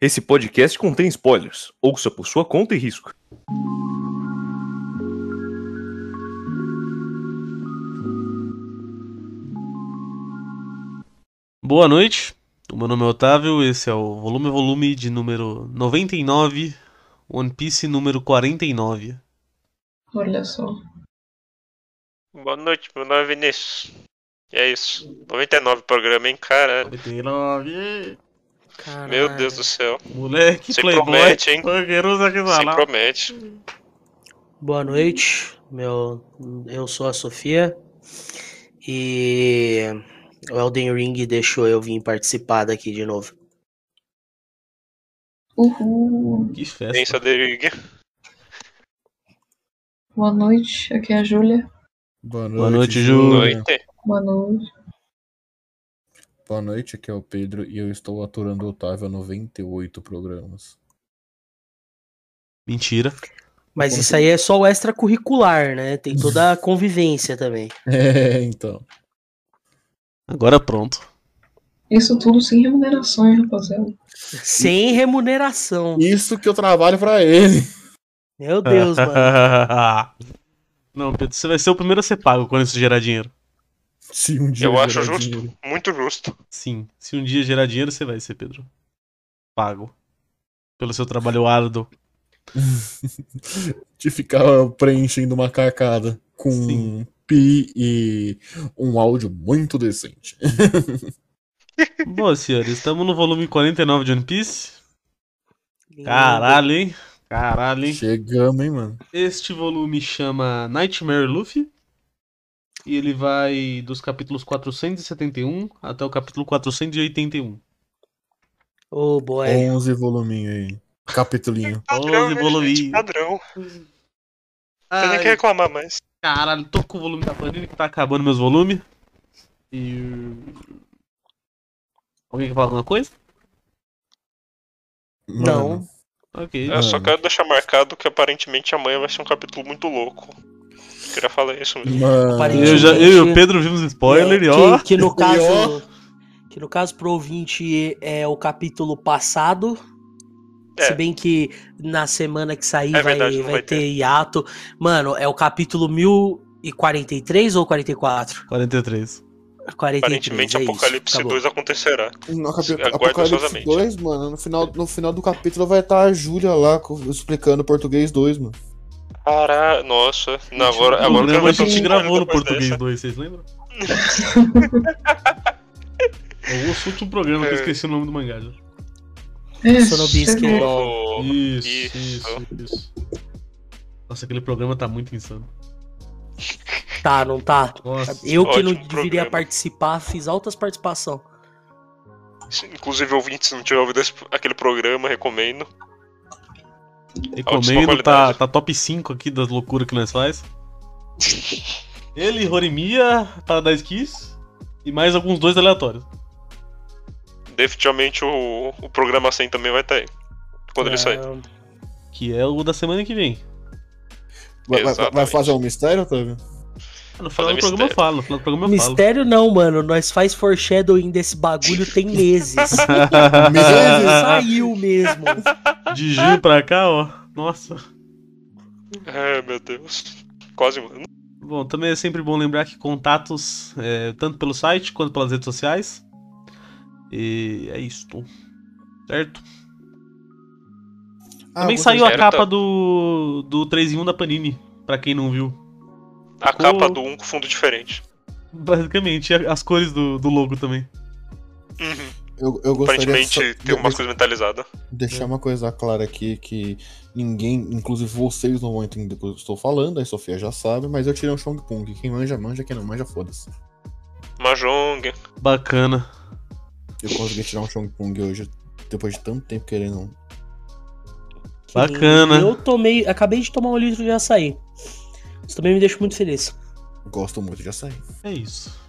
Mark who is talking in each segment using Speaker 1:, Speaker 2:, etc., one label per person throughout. Speaker 1: Esse podcast contém spoilers. Ouça por sua conta e risco.
Speaker 2: Boa noite, o meu nome é Otávio, esse é o Volume Volume de número 99, One Piece número 49.
Speaker 3: Olha só.
Speaker 4: Boa noite, meu nome é Vinícius. E é isso. 99 programa, hein, cara?
Speaker 2: 49,
Speaker 4: Meu Deus do céu.
Speaker 2: moleque,
Speaker 4: Se
Speaker 2: playboy, um
Speaker 4: promete, hein?
Speaker 2: panqueiroso aqui na
Speaker 4: Se
Speaker 2: lá.
Speaker 4: promete.
Speaker 5: Boa noite, meu, eu sou a Sofia e o Elden Ring deixou eu vir participar daqui de novo.
Speaker 3: Uhul.
Speaker 2: Que
Speaker 4: Tem
Speaker 2: festa.
Speaker 4: Saderig.
Speaker 3: Boa noite, aqui é a Júlia.
Speaker 6: Boa noite,
Speaker 2: Boa noite,
Speaker 4: Boa
Speaker 2: Júlia.
Speaker 4: Noite.
Speaker 3: Boa noite.
Speaker 6: Boa noite, aqui é o Pedro e eu estou aturando o Otávio há 98 programas.
Speaker 2: Mentira.
Speaker 5: Mas isso aí é só o extracurricular, né? Tem toda a convivência também.
Speaker 6: É, então.
Speaker 2: Agora é pronto.
Speaker 3: Isso tudo sem remuneração, hein, rapaziada.
Speaker 5: Sem remuneração.
Speaker 6: Isso que eu trabalho pra ele.
Speaker 5: Meu Deus, mano.
Speaker 2: Não, Pedro, você vai ser o primeiro a ser pago quando isso gerar dinheiro.
Speaker 6: Se um dia
Speaker 4: Eu
Speaker 6: gerar
Speaker 4: acho justo.
Speaker 6: dinheiro.
Speaker 4: Muito justo.
Speaker 2: Sim, se um dia gerar dinheiro, você vai ser, Pedro. Pago. Pelo seu trabalho árduo.
Speaker 6: De ficar preenchendo uma cacada com
Speaker 2: Sim.
Speaker 6: um pi e um áudio muito decente.
Speaker 2: Bom, senhores, estamos no volume 49 de One Piece. Caralho, hein? Caralho, hein?
Speaker 6: Chegamos, hein, mano.
Speaker 2: Este volume chama Nightmare Luffy. E ele vai dos capítulos 471 até o capítulo 481.
Speaker 5: Ô, boy.
Speaker 6: 11 voluminho aí. Capitulinho.
Speaker 2: Padrão, né, evoluir. gente?
Speaker 4: Padrão. Você nem
Speaker 2: Ai,
Speaker 4: quer reclamar mais.
Speaker 2: caralho, tô com o volume da Panini que tá acabando meus volumes. E. Alguém quer falar alguma coisa?
Speaker 5: Não.
Speaker 6: Mano,
Speaker 2: Ok.
Speaker 4: Eu só
Speaker 6: Mano.
Speaker 4: quero deixar marcado que aparentemente amanhã vai ser um capítulo muito louco. Queria falar isso mesmo.
Speaker 6: Mano.
Speaker 2: Eu, já, eu e o Pedro vimos spoiler e ó.
Speaker 5: Que, que no
Speaker 6: E
Speaker 5: caso.
Speaker 6: ó.
Speaker 5: Que no caso pro ouvinte é o capítulo passado.
Speaker 4: É.
Speaker 5: Se bem que na semana que sair
Speaker 4: É
Speaker 5: vai,
Speaker 4: verdade, não
Speaker 5: vai
Speaker 4: vai
Speaker 5: ter
Speaker 4: ter.
Speaker 5: hiato. Mano, é o capítulo 1043 ou 44?
Speaker 2: 43.
Speaker 5: 43,
Speaker 4: Aparentemente
Speaker 5: é isso,
Speaker 4: Apocalipse
Speaker 5: acabou.
Speaker 4: 2 acontecerá.
Speaker 7: No
Speaker 4: Aguardo
Speaker 7: capítulo Apocalipse
Speaker 4: ansiosamente.
Speaker 7: 2, mano, no final, no final do capítulo vai estar a Júlia lá co- explicando português 2, mano.
Speaker 4: Caralho, nossa. Não,
Speaker 2: O
Speaker 4: agora, agora eu quero
Speaker 2: programa a
Speaker 4: ver todos
Speaker 2: gente
Speaker 4: os
Speaker 2: gravou no
Speaker 4: depois
Speaker 2: Português
Speaker 4: dessa.
Speaker 2: 2, vocês lembram? Eu ouço outro É programa
Speaker 4: É.
Speaker 2: que eu esqueci o nome do mangá já.
Speaker 3: É,
Speaker 5: Sonobisque.
Speaker 3: chegou.
Speaker 4: Ô,
Speaker 2: Isso,
Speaker 4: isso.
Speaker 2: isso, isso. Nossa, aquele programa tá muito insano.
Speaker 5: Tá, não tá?
Speaker 2: Nossa.
Speaker 5: Eu que não
Speaker 4: Ótimo
Speaker 5: deveria
Speaker 4: programa.
Speaker 5: participar, fiz altas participação.
Speaker 4: Se- Inclusive, ouvintes, se não tiver ouvido esse- aquele programa, recomendo. ótima
Speaker 2: Recomendo, tá,
Speaker 4: qualidade.
Speaker 2: tá top 5 aqui das loucuras que nós faz. Ele, Horimiya, Paradise Kiss e mais alguns dois aleatórios.
Speaker 4: Definitivamente o, o programa 100 também vai estar aí. Quando ele sair.
Speaker 5: Ah,
Speaker 2: Que é o da semana que vem.
Speaker 7: Vai, vai- vai
Speaker 4: Exatamente.
Speaker 7: fazer um mistério, Otávio?
Speaker 2: Ah, No final do
Speaker 4: Fazer
Speaker 2: programa eu
Speaker 4: mistério.
Speaker 2: falo, no final do programa eu falo.
Speaker 5: Mistério não, mano. Nós faz foreshadowing desse bagulho tem meses. Ele saiu mesmo.
Speaker 2: De Gil pra cá, ó. Nossa.
Speaker 4: Ai, É, meu Deus. Quase, um mano.
Speaker 2: Bom, também é sempre bom lembrar que contatos, é, tanto pelo site quanto pelas redes sociais. E é isso. Certo?
Speaker 7: Ah,
Speaker 2: também
Speaker 7: você-
Speaker 2: saiu a
Speaker 4: certo.
Speaker 2: capa do, do 3 em 1 da Panini, pra quem não viu.
Speaker 4: A
Speaker 2: Ficou-
Speaker 4: capa do um com fundo diferente.
Speaker 2: Basicamente, a- as cores do, do logo também.
Speaker 4: Uhum.
Speaker 7: Eu, eu gostaria de só-
Speaker 4: Aparentemente tem umas
Speaker 7: de-
Speaker 4: coisas mentalizadas.
Speaker 7: deixar uma coisa clara aqui que ninguém, inclusive vocês não vão entender o que eu estou falando, a Sofia já sabe, mas eu tirei um Chong Pung. Quem manja, manja, quem não manja, foda-se.
Speaker 4: Mahjong.
Speaker 2: Bacana.
Speaker 7: Eu consegui tirar um Chong Pung hoje, depois de tanto tempo querendo um.
Speaker 2: Bacana.
Speaker 5: Eu tomei, acabei de tomar um litro de açaí. Isso também me deixa muito feliz.
Speaker 7: Gosto muito de açaí.
Speaker 2: É isso.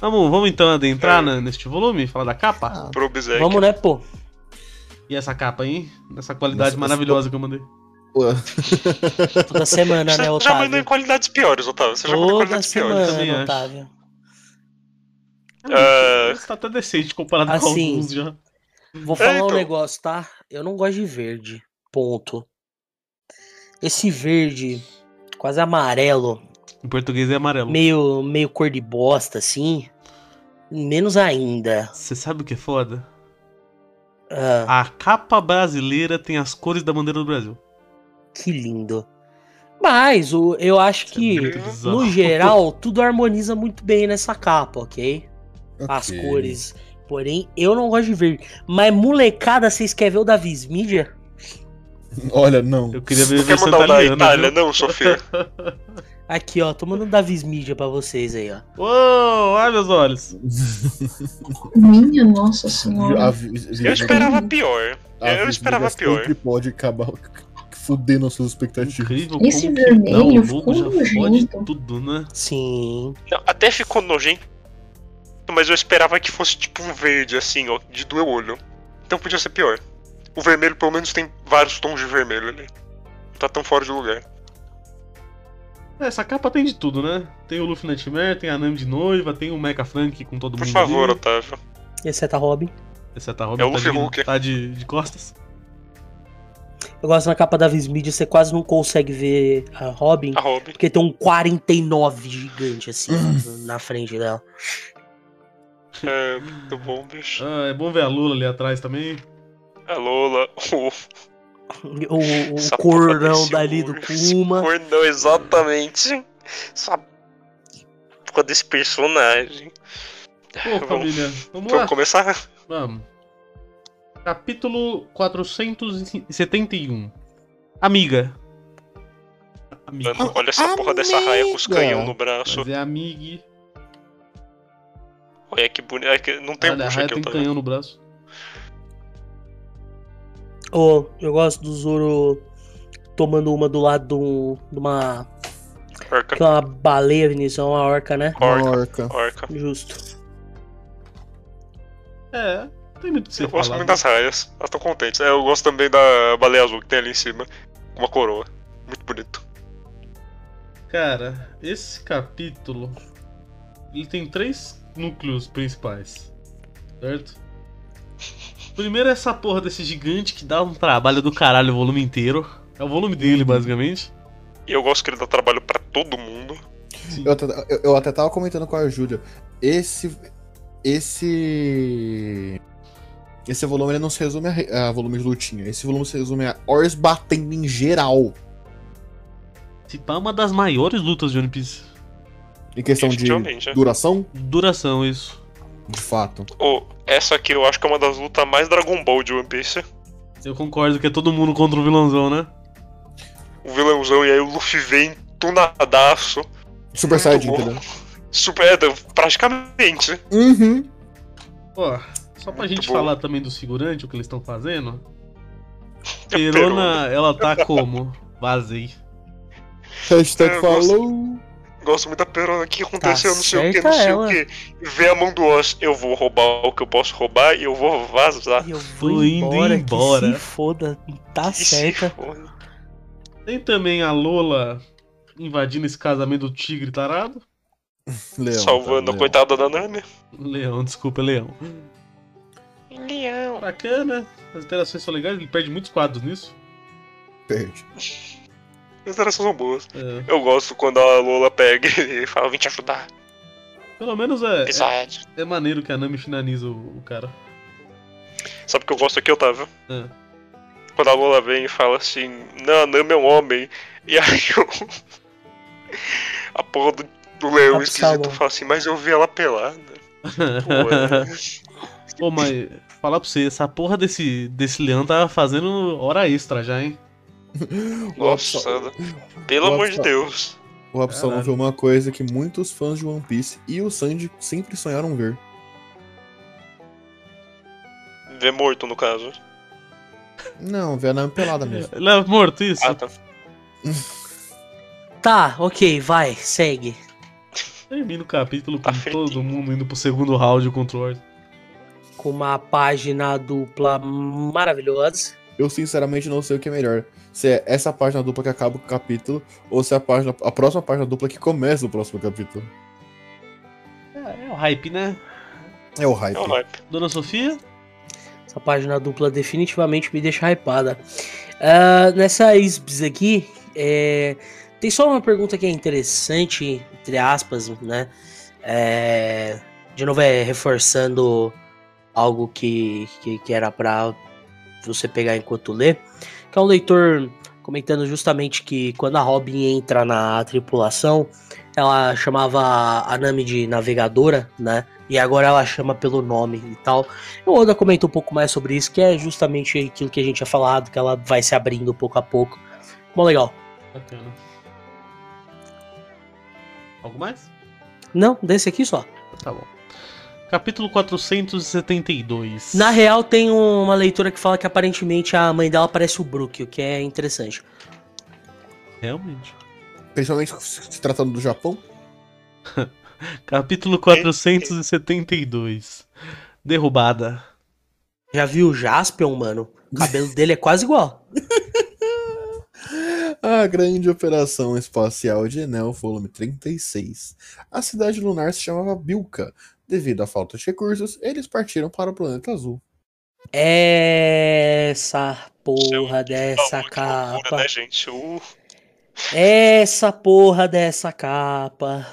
Speaker 2: Vamos, vamos então adentrar na- neste volume, falar da capa.
Speaker 7: Ah,
Speaker 4: Pro Obsec.
Speaker 5: Vamos, né, pô?
Speaker 2: E essa capa aí, nessa qualidade
Speaker 7: Nossa,
Speaker 2: maravilhosa que eu mandei.
Speaker 7: pô,
Speaker 5: Toda semana, né,
Speaker 4: Você já mandou em
Speaker 5: Otávio?
Speaker 4: qualidades piores, Otávio. Você já mandou em
Speaker 5: Toda
Speaker 4: qualidades piores.
Speaker 2: também acho.
Speaker 5: semana, Otávio.
Speaker 4: Ah.
Speaker 2: Essa É, tá até decente comparado com
Speaker 5: Assim.
Speaker 2: alguns já.
Speaker 5: Vou falar um
Speaker 4: então.
Speaker 5: negócio, tá? Eu não gosto de verde. Ponto. Esse verde, quase amarelo,
Speaker 2: Em português é amarelo.
Speaker 5: meio, meio cor de bosta, assim. Menos ainda.
Speaker 2: Você sabe o que é foda?
Speaker 5: Ah,
Speaker 2: A capa brasileira tem as cores da bandeira do Brasil.
Speaker 5: que lindo. Mas o, eu acho
Speaker 4: é
Speaker 5: que,
Speaker 2: É Muito bizarro.
Speaker 5: no geral, tudo harmoniza muito bem nessa capa, ok? As
Speaker 6: Ok.
Speaker 5: cores. Porém, eu não gosto de verde. Mas, molecada, vocês querem ver o da Viz Media?
Speaker 6: Olha, não.
Speaker 2: Eu queria ver a
Speaker 4: Não quer
Speaker 2: versão
Speaker 4: mandar o da
Speaker 2: italiana.
Speaker 4: Itália,
Speaker 2: viu?
Speaker 4: não, Sofia?
Speaker 5: Aqui, ó. Tô mandando da Viz Media pra vocês aí, ó.
Speaker 2: Uou, olha meus olhos.
Speaker 3: Minha nossa senhora.
Speaker 4: Eu esperava pior. Eu
Speaker 7: é
Speaker 4: esperava pior.
Speaker 6: Sempre pode acabar fudendo as suas expectativas.
Speaker 2: Incrível
Speaker 3: Esse
Speaker 2: como que
Speaker 3: vermelho
Speaker 2: dá, o
Speaker 3: ficou
Speaker 2: logo já fode
Speaker 3: nojento.
Speaker 2: tudo, né?
Speaker 5: Sim.
Speaker 4: Não, até ficou nojento. Mas eu esperava que fosse tipo um verde, assim, ó, de doer o olho. Então podia ser pior. O vermelho, pelo menos, tem vários tons de vermelho ali. Não tá tão fora de lugar.
Speaker 2: É, Essa capa tem de tudo, né? Tem o Luffy Nightmare, tem a Nami de noiva, tem o Mecha Frank com todo
Speaker 4: Por
Speaker 2: mundo
Speaker 4: favor,
Speaker 2: ali.
Speaker 4: Otávio.
Speaker 5: Exceto a é Robin.
Speaker 2: Exceto a Robin,
Speaker 4: É o
Speaker 2: tá,
Speaker 4: Luffy
Speaker 2: de,
Speaker 4: Hulk.
Speaker 2: tá de, de costas.
Speaker 5: Eu gosto na capa da Viz Media, você quase não consegue ver a Robin,
Speaker 4: A Robin.
Speaker 5: porque tem um 49 gigante assim na frente dela.
Speaker 4: É, muito bom, bicho.
Speaker 2: Ah, é bom ver a Lula ali atrás também.
Speaker 4: A Lola. O
Speaker 5: O, o
Speaker 4: Essa porra
Speaker 5: cordão
Speaker 4: desse
Speaker 5: dali do
Speaker 4: olho,
Speaker 5: Kuma.
Speaker 4: Cornão, exatamente. Essa porra desse personagem.
Speaker 2: Pô,
Speaker 4: É, vamos,
Speaker 2: família, vamos lá.
Speaker 4: vamos começar?
Speaker 2: Vamos. Capítulo 471. Amiga. Amiga.
Speaker 4: Mano, olha essa porra dessa raia com os
Speaker 7: Amiga.
Speaker 4: canhão no braço.
Speaker 2: Mas é amiga.
Speaker 4: Olha que bonito. é que Não tem
Speaker 2: Olha, a
Speaker 4: bucha
Speaker 2: Raya
Speaker 4: aqui,
Speaker 2: tem
Speaker 4: Otávio.
Speaker 2: canhão no braço.
Speaker 5: Oh, eu gosto do Zoro tomando uma do lado de, um- de uma.
Speaker 4: Orca.
Speaker 5: Que é uma baleia, Vinícius, é uma orca, né?
Speaker 4: Orca.
Speaker 7: Orca.
Speaker 4: Orca.
Speaker 5: Justo.
Speaker 2: É, não tem muito o que ser
Speaker 4: Eu gosto
Speaker 2: falado.
Speaker 5: né?
Speaker 4: muito das raias. Elas estão contentes. É, Eu gosto também da baleia azul que tem ali em cima. Com uma coroa. Muito bonito.
Speaker 2: Cara, esse capítulo ele tem três núcleos principais, certo? Primeiro é essa porra desse gigante que dá um trabalho do caralho o volume inteiro. É o volume dele, basicamente.
Speaker 4: E eu gosto que ele dá trabalho pra todo mundo.
Speaker 7: Eu até, eu, eu até tava comentando com a Júlia. Esse. Esse. Esse volume ele não se resume a, re- a volume de lutinha. Esse volume se resume a Ors batendo em geral.
Speaker 2: Se pá, é uma das maiores lutas de One Piece.
Speaker 7: Em questão de
Speaker 4: Definitivamente, é.
Speaker 7: duração,
Speaker 2: Duração, isso.
Speaker 7: de fato.
Speaker 4: Ô, essa aqui eu acho que é uma das lutas mais Dragon Ball de One Piece.
Speaker 2: Eu concordo que é todo mundo contra o vilãozão, né?
Speaker 4: O vilãozão e aí o Luffy vem tunadaço.
Speaker 7: Super
Speaker 4: Muito
Speaker 7: Saiyajin,
Speaker 4: bom.
Speaker 7: entendeu?
Speaker 4: Super, é, praticamente. né?
Speaker 7: Uhum.
Speaker 2: Ó, só pra
Speaker 4: Muito
Speaker 2: gente
Speaker 4: bom.
Speaker 2: falar também do segurante, o que eles estão fazendo.
Speaker 4: Perona.
Speaker 2: Perona, ela tá como? Vazei.
Speaker 7: Hashtag
Speaker 4: Eu gosto.
Speaker 7: falou.
Speaker 4: Gosto muito da Perona. O que aconteceu?
Speaker 5: Tá
Speaker 4: não sei o que, não
Speaker 5: certa
Speaker 4: sei
Speaker 5: ela.
Speaker 4: o que. Vê a mão do Oz. Eu vou roubar o que eu posso roubar e eu vou vazar.
Speaker 5: E Eu vou
Speaker 2: Tô indo
Speaker 5: embora,
Speaker 2: embora.
Speaker 5: Que se foda, tá
Speaker 4: Que se
Speaker 5: certa.
Speaker 4: foda.
Speaker 2: Tem também a Lola invadindo esse casamento do tigre tarado.
Speaker 7: Leão,
Speaker 4: Salvando
Speaker 7: tá,
Speaker 4: a
Speaker 7: Leão.
Speaker 4: coitada da Nami.
Speaker 2: Leão, desculpa, é leão.
Speaker 4: Leão.
Speaker 2: Bacana, as interações são legais, ele perde muitos quadros nisso.
Speaker 7: Perde.
Speaker 4: As interações são boas.
Speaker 2: É,
Speaker 4: Eu gosto quando a Lola pega e fala: Vim te ajudar.
Speaker 2: pelo menos é, é,
Speaker 4: Amizade.
Speaker 2: é maneiro que a Nami finaliza o, o cara.
Speaker 4: Sabe o que eu gosto aqui, Otávio?
Speaker 2: É.
Speaker 4: Quando a Lola vem e fala assim: Não, a Nami é um homem. E aí eu... a porra do, do leão
Speaker 5: Tá pro
Speaker 4: esquisito
Speaker 5: salão.
Speaker 4: fala assim: Mas eu vi ela pelada. Pô, é.
Speaker 2: Pô, mas falar pra você, essa porra desse, desse leão tá fazendo hora extra já, hein?
Speaker 4: Nossa, pelo amor de
Speaker 7: Nossa.
Speaker 4: Deus.
Speaker 7: O Absalom
Speaker 2: Caralho.
Speaker 7: viu uma coisa que muitos fãs de One Piece e o Sanji sempre sonharam ver.
Speaker 4: Vê morto, no caso.
Speaker 7: Não, ver a Nami pelada mesmo.
Speaker 2: Leva morto isso?
Speaker 4: Ah, tá.
Speaker 5: Tá, ok, vai, segue.
Speaker 2: Termina o capítulo com
Speaker 4: Tá feito.
Speaker 2: todo mundo indo pro segundo round contra o Orton.
Speaker 5: Com uma página dupla maravilhosa.
Speaker 7: Eu sinceramente não sei o que é melhor. Se é essa página dupla que acaba o capítulo, ou se é a, página, a próxima página dupla que começa o próximo capítulo.
Speaker 2: É, é o hype, né?
Speaker 7: É o
Speaker 4: É
Speaker 7: hype.
Speaker 4: um hype.
Speaker 2: Dona Sofia?
Speaker 5: Essa página dupla definitivamente me deixa hypada. Ah, nessa ISBS aqui, é, tem só uma pergunta que é interessante, entre aspas, né? É, de novo, é reforçando algo que, que, que era pra você pegar enquanto lê. Que é um leitor comentando justamente que quando a Robin entra na tripulação, ela chamava a Nami de navegadora, né? E agora ela chama pelo nome e tal. E o Oda comenta um pouco mais sobre isso, que é justamente aquilo que a gente tinha falado, que ela vai se abrindo pouco a pouco. Bom, legal.
Speaker 2: Bacana. Algo mais?
Speaker 5: Não, desse aqui só.
Speaker 2: Tá bom. Capítulo 472.
Speaker 5: Na real, tem um- uma leitura que fala que aparentemente a mãe dela parece o Brook, o que é interessante.
Speaker 2: Realmente.
Speaker 7: Principalmente se tratando do Japão.
Speaker 2: Capítulo 472. Derrubada.
Speaker 5: Já viu o Jaspion, mano? O cabelo dele é quase igual.
Speaker 7: A grande operação espacial de Enel, volume 36. A cidade lunar se chamava Bilka. Devido à falta de recursos, eles partiram para o planeta azul.
Speaker 5: Essa
Speaker 4: Seu-
Speaker 5: porra
Speaker 4: Tá,
Speaker 5: dessa
Speaker 4: que loucura,
Speaker 5: capa.
Speaker 4: né, gente? Uh,
Speaker 5: Essa porra dessa capa.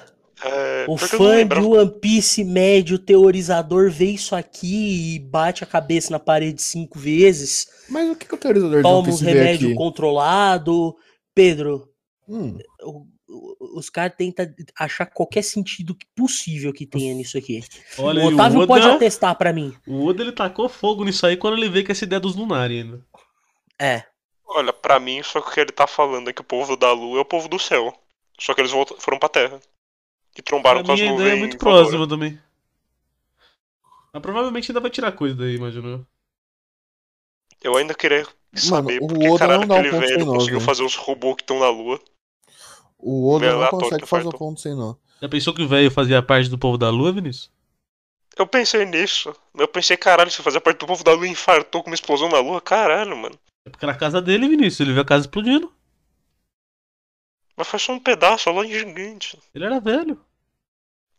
Speaker 4: é,
Speaker 5: O
Speaker 4: pior que eu não
Speaker 5: fã de
Speaker 4: lembrava.
Speaker 5: One Piece médio teorizador vê isso aqui e bate a cabeça na parede cinco vezes.
Speaker 7: Mas o que, que o teorizador de One
Speaker 5: Toma um
Speaker 7: Piece vê
Speaker 5: remédio
Speaker 7: aqui?
Speaker 5: controlado. Pedro,
Speaker 7: Hum,
Speaker 5: o- o- os caras tentam achar qualquer sentido que- possível que tenha nisso aqui.
Speaker 2: Olha,
Speaker 5: o
Speaker 2: e o
Speaker 5: Otávio
Speaker 2: Oda,
Speaker 5: pode atestar pra mim.
Speaker 2: o Oda ele tacou fogo nisso aí quando ele veio com essa ideia dos Lunari ainda.
Speaker 5: É.
Speaker 4: Olha, pra mim, só que o que ele tá falando é que o povo da lua é o povo do céu. Só que eles volta- foram pra terra. E trombaram com
Speaker 2: pra
Speaker 4: as
Speaker 2: mim a
Speaker 4: nuvens.
Speaker 2: ideia é muito
Speaker 4: voadoras.
Speaker 2: próxima também. Mas provavelmente ainda vai tirar coisa daí, imagino.
Speaker 4: Eu ainda queria saber
Speaker 7: Mano, o
Speaker 4: por que
Speaker 7: Oda
Speaker 4: caralho
Speaker 7: não dá um
Speaker 4: aquele
Speaker 7: ponto
Speaker 4: velho
Speaker 7: sem nó,
Speaker 4: conseguiu
Speaker 7: viu?
Speaker 4: fazer os robôs que estão na lua.
Speaker 7: o Oda não
Speaker 4: Relatório
Speaker 7: consegue
Speaker 4: que
Speaker 7: fazer o
Speaker 4: fartou.
Speaker 7: ponto sem nó.
Speaker 2: Já pensou que o velho fazia parte do povo da lua, Vinícius?
Speaker 4: Eu pensei nisso. Eu pensei, caralho, se eu fazer parte do povo da lua infartou com uma explosão na lua, caralho, mano.
Speaker 2: É porque era a casa dele, Vinícius. Ele viu a casa explodindo.
Speaker 4: Mas foi só um pedaço, a lua é gigante.
Speaker 2: Ele era velho.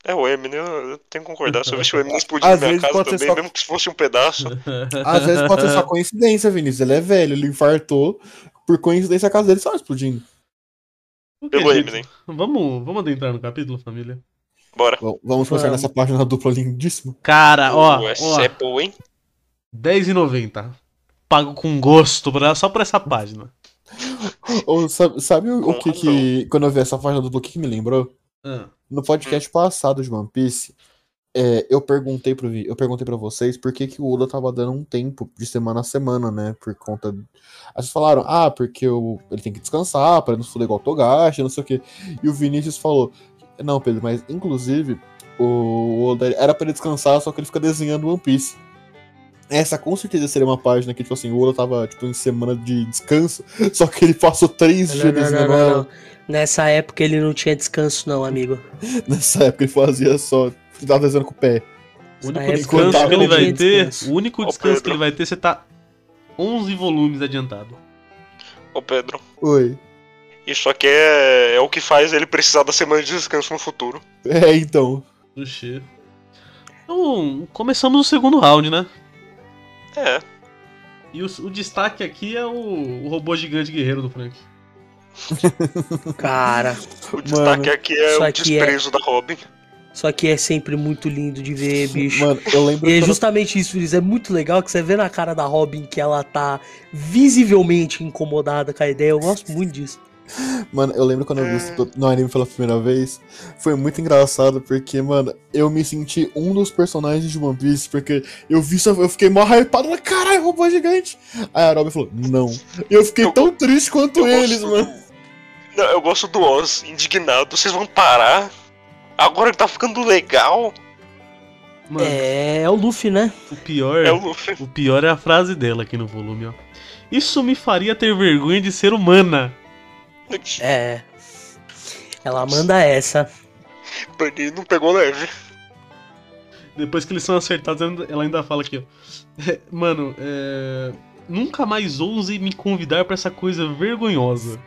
Speaker 4: É, o Eminem, eu eu tenho que concordar. Se eu visse o Eminem explodir na
Speaker 7: Às
Speaker 4: minha
Speaker 7: vezes
Speaker 4: casa
Speaker 7: pode ser
Speaker 4: também,
Speaker 7: só-
Speaker 4: mesmo que fosse um pedaço.
Speaker 7: Às vezes pode ser só coincidência, Vinícius. Ele é velho, ele infartou. Por coincidência, a casa dele estava explodindo.
Speaker 2: Ok,
Speaker 4: Pelo
Speaker 2: gente.
Speaker 4: Eminem.
Speaker 2: Vamos, vamos adentrar no capítulo, família.
Speaker 4: Bora.
Speaker 7: Bom, vamos começar
Speaker 5: Vamos.
Speaker 7: nessa página dupla lindíssima.
Speaker 2: Cara, Ah, ó,
Speaker 4: Pô,
Speaker 2: ó
Speaker 4: essa é boa, hein?
Speaker 2: 10,90. Pago com gosto pra, só pra essa página.
Speaker 7: Ou sabe, sabe o, o
Speaker 4: Com
Speaker 7: que, que. Quando eu vi essa página dupla, o que que me lembrou?
Speaker 2: Ah,
Speaker 7: No podcast passado de One Piece, é, eu perguntei pro, Vi- eu perguntei para vocês por que, que o Oda tava dando um tempo de semana a semana, né? Por conta. Aí vocês falaram, ah, porque o- ele tem que descansar para não se fuder igual o Togashi, não sei o quê. E o Vinícius falou, não, Pedro, mas inclusive o Oda era pra ele descansar, só que ele fica desenhando One Piece. Essa com certeza seria uma página que, tipo assim, o Oda tava tipo, em semana de descanso, só que ele passou três
Speaker 5: Não,
Speaker 7: dias
Speaker 5: não, não,
Speaker 7: desenhando
Speaker 5: não,
Speaker 7: ela.
Speaker 5: não. Nessa época ele não tinha descanso, não, amigo.
Speaker 7: Nessa época ele fazia só. Tava desenhando com o pé.
Speaker 2: o único
Speaker 5: Essa época
Speaker 2: descanso
Speaker 7: eu
Speaker 2: que ele
Speaker 7: não
Speaker 2: vai
Speaker 5: tinha
Speaker 2: ter,
Speaker 5: descanso.
Speaker 2: o único
Speaker 4: Ó,
Speaker 2: descanso que
Speaker 4: Pedro.
Speaker 2: ele vai ter, você tá 11 volumes adiantado.
Speaker 4: Ô, Pedro.
Speaker 7: Oi.
Speaker 4: Isso aqui é, é o que faz ele precisar da semana de descanso no futuro.
Speaker 7: É, então.
Speaker 2: Oxê. Então, começamos o segundo round, né?
Speaker 4: É.
Speaker 2: E o, o destaque aqui é o, o robô gigante guerreiro do Frank.
Speaker 5: Cara,
Speaker 4: O destaque aqui é
Speaker 5: isso
Speaker 4: o
Speaker 5: aqui é-
Speaker 4: desprezo da Robin.
Speaker 5: só que é sempre muito lindo de ver, bicho.
Speaker 7: Mano, eu lembro
Speaker 5: E é
Speaker 7: quando-
Speaker 5: justamente isso, Feliz. É muito legal que você vê na cara da Robin que ela tá visivelmente incomodada com a ideia. Eu gosto muito disso.
Speaker 7: Mano, eu lembro quando eu vi
Speaker 4: Ah.
Speaker 7: isso do- no anime pela primeira vez. Foi muito engraçado, porque, mano, eu me senti um dos personagens de One Piece, porque eu vi isso, eu fiquei mó hypado, falei, caralho, robô gigante! Aí a Robin falou, não. Eu fiquei
Speaker 4: Eu-
Speaker 7: tão triste quanto
Speaker 4: Eu
Speaker 7: eles,
Speaker 4: gosto
Speaker 7: mano.
Speaker 4: do- Não, eu gosto do Oz, indignado. Vocês vão parar? Agora que tá ficando legal,
Speaker 2: Mano,
Speaker 5: É, é o Luffy, né?
Speaker 2: o pior.
Speaker 4: é o Luffy.
Speaker 2: O pior é a frase dela aqui no volume, ó. Isso me faria ter vergonha de ser humana.
Speaker 5: É. Ela manda essa.
Speaker 4: Ele não pegou leve.
Speaker 2: Depois que eles são acertados, ainda- ela ainda fala aqui, ó. Mano, é... Nunca mais ouse me convidar pra essa coisa vergonhosa.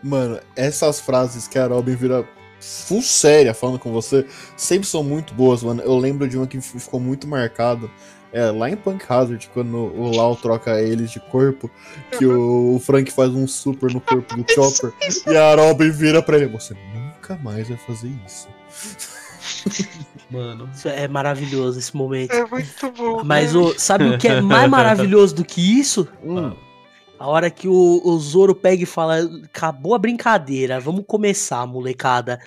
Speaker 7: Mano, essas frases que a Robin vira full séria falando com você sempre são muito boas, mano. Eu lembro de uma que f- ficou muito marcada. É, lá em Punk Hazard, quando o Lau troca eles de corpo, que o, o Frank faz um super no corpo do Chopper e a Robin vira pra ele: Você nunca mais vai fazer isso.
Speaker 2: Mano.
Speaker 5: Isso é maravilhoso esse momento.
Speaker 4: É muito bom.
Speaker 5: Mas
Speaker 4: né?
Speaker 5: o, sabe o que é mais maravilhoso do que isso?
Speaker 7: Hum.
Speaker 5: A hora que o, o Zoro pega e fala: acabou a brincadeira, vamos começar, molecada.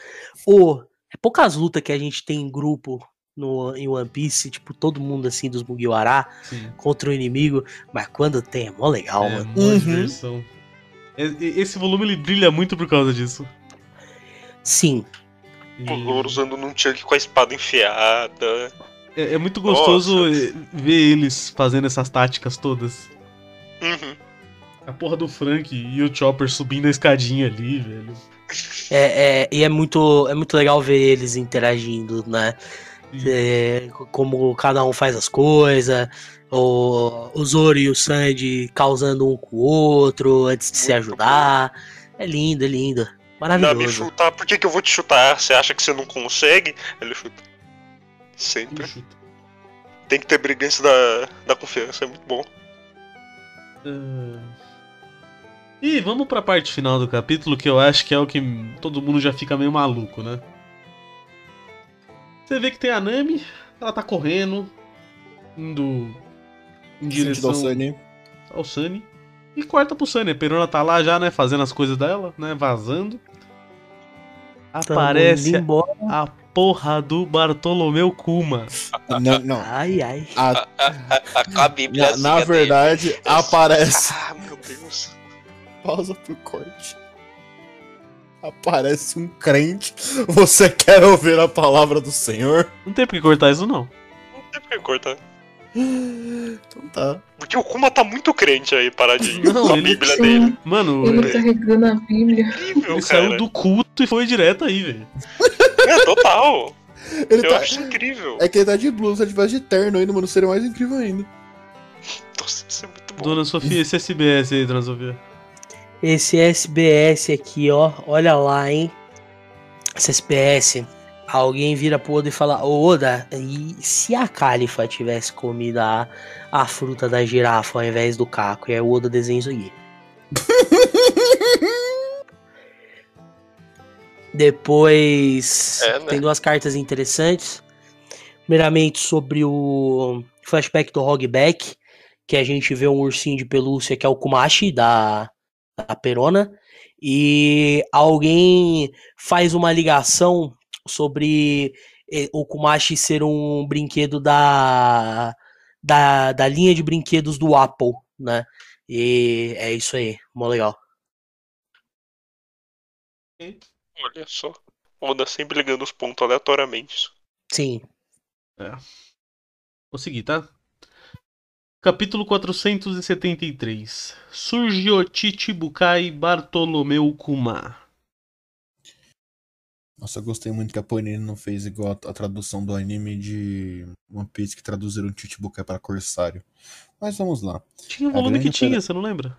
Speaker 5: Ô, é poucas lutas que a gente tem em grupo no, em One Piece, tipo, todo mundo assim dos Mugiwara
Speaker 2: Sim.
Speaker 5: contra o inimigo, mas quando tem, é mó legal,
Speaker 2: É,
Speaker 5: mano.
Speaker 2: mó
Speaker 7: Uhum.
Speaker 2: diversão. E- e- Esse volume ele brilha muito por causa disso.
Speaker 5: Sim,
Speaker 2: E
Speaker 4: O Louro usando num chunk com a espada enfiada.
Speaker 2: É, é muito gostoso eh, ver eles fazendo essas táticas todas.
Speaker 4: Uhum.
Speaker 2: A porra do Frank e o Chopper subindo a escadinha ali, velho.
Speaker 5: é, é- e é muito, é muito legal ver eles interagindo, né? É, co- como cada um faz as coisas, o, o Zoro e o Sandy causando um com o outro antes de se
Speaker 4: Muito
Speaker 5: ajudar. É lindo, é lindo.
Speaker 4: Não, me
Speaker 5: Maravilhoso.
Speaker 4: chutar, por que, que eu vou te chutar? Você acha que você não consegue? Ele chuta.
Speaker 2: Ele
Speaker 4: Sempre.
Speaker 2: chuta.
Speaker 4: Tem que ter brigança da, da confiança, é muito bom.
Speaker 2: Ah. E vamos pra parte final do capítulo, que eu acho que é o que todo mundo já fica meio maluco, né? Você vê que tem a Nami, ela tá correndo, indo em
Speaker 7: Sentido
Speaker 2: direção
Speaker 7: ao Sunny.
Speaker 2: ao Sunny. E corta pro Sunny. A Perona tá lá já, né? Fazendo as coisas dela, né? Vazando.
Speaker 5: Tamo
Speaker 2: Aparece
Speaker 5: indo embora.
Speaker 2: a porra do Bartolomeu Kuma.
Speaker 7: Não, não.
Speaker 5: Ai, ai.
Speaker 7: A-
Speaker 8: a, a Bíblia.
Speaker 7: na, na verdade, aparece.
Speaker 4: Ah, meu Deus.
Speaker 7: Pausa pro corte. Aparece um crente. Você quer ouvir a palavra do Senhor?
Speaker 2: Não tem por que cortar isso, não.
Speaker 4: Não tem por que cortar.
Speaker 7: Então tá.
Speaker 4: Porque o Kuma tá muito crente aí, paradinho.
Speaker 2: Não,
Speaker 4: com a
Speaker 2: ele-
Speaker 4: Bíblia
Speaker 3: Sim.
Speaker 4: dele.
Speaker 2: Mano,
Speaker 3: Ele
Speaker 4: Ué.
Speaker 3: carregando a Bíblia.
Speaker 4: Incrível,
Speaker 2: ele
Speaker 4: cara.
Speaker 2: saiu do culto e foi direto aí, velho.
Speaker 4: É, total.
Speaker 7: Ele
Speaker 4: Eu
Speaker 7: tá.
Speaker 4: acho incrível.
Speaker 7: É que ele tá de blusa, se ele tivesse de terno ainda, mano, seria mais incrível ainda.
Speaker 4: Nossa, isso é muito bom.
Speaker 2: Dona Sofia, esse SBS aí, Dona Sofia.
Speaker 5: Esse SBS aqui, ó. Olha lá, hein? Esse SBS. Alguém vira pro Oda e fala: Ô Oda, e se a Califa tivesse comido a, a fruta da girafa ao invés do caco? E aí o Oda desenha isso aqui. Depois
Speaker 8: É, né?
Speaker 5: tem duas cartas interessantes. Primeiramente sobre o flashback do Hogback, que a gente vê um ursinho de pelúcia que é o Kumashi da, da Perona. E alguém faz uma ligação sobre eh, o Kumashi ser um brinquedo da, da, da linha de brinquedos do Apple, né? E é isso aí, mó legal.
Speaker 4: Olha só. Oda sempre ligando os pontos aleatoriamente.
Speaker 5: Sim.
Speaker 2: Vou seguir, tá? Capítulo 473. Surge o Chichibukai Bartolomeu Kuma.
Speaker 7: Nossa, eu gostei muito que a Panini não fez igual a, a tradução do anime de One Piece que traduziram Chichibukai para Corsário. Mas vamos lá.
Speaker 2: Tinha um
Speaker 7: A
Speaker 2: volume que
Speaker 7: grande
Speaker 2: tinha,
Speaker 7: pera-
Speaker 2: você não lembra?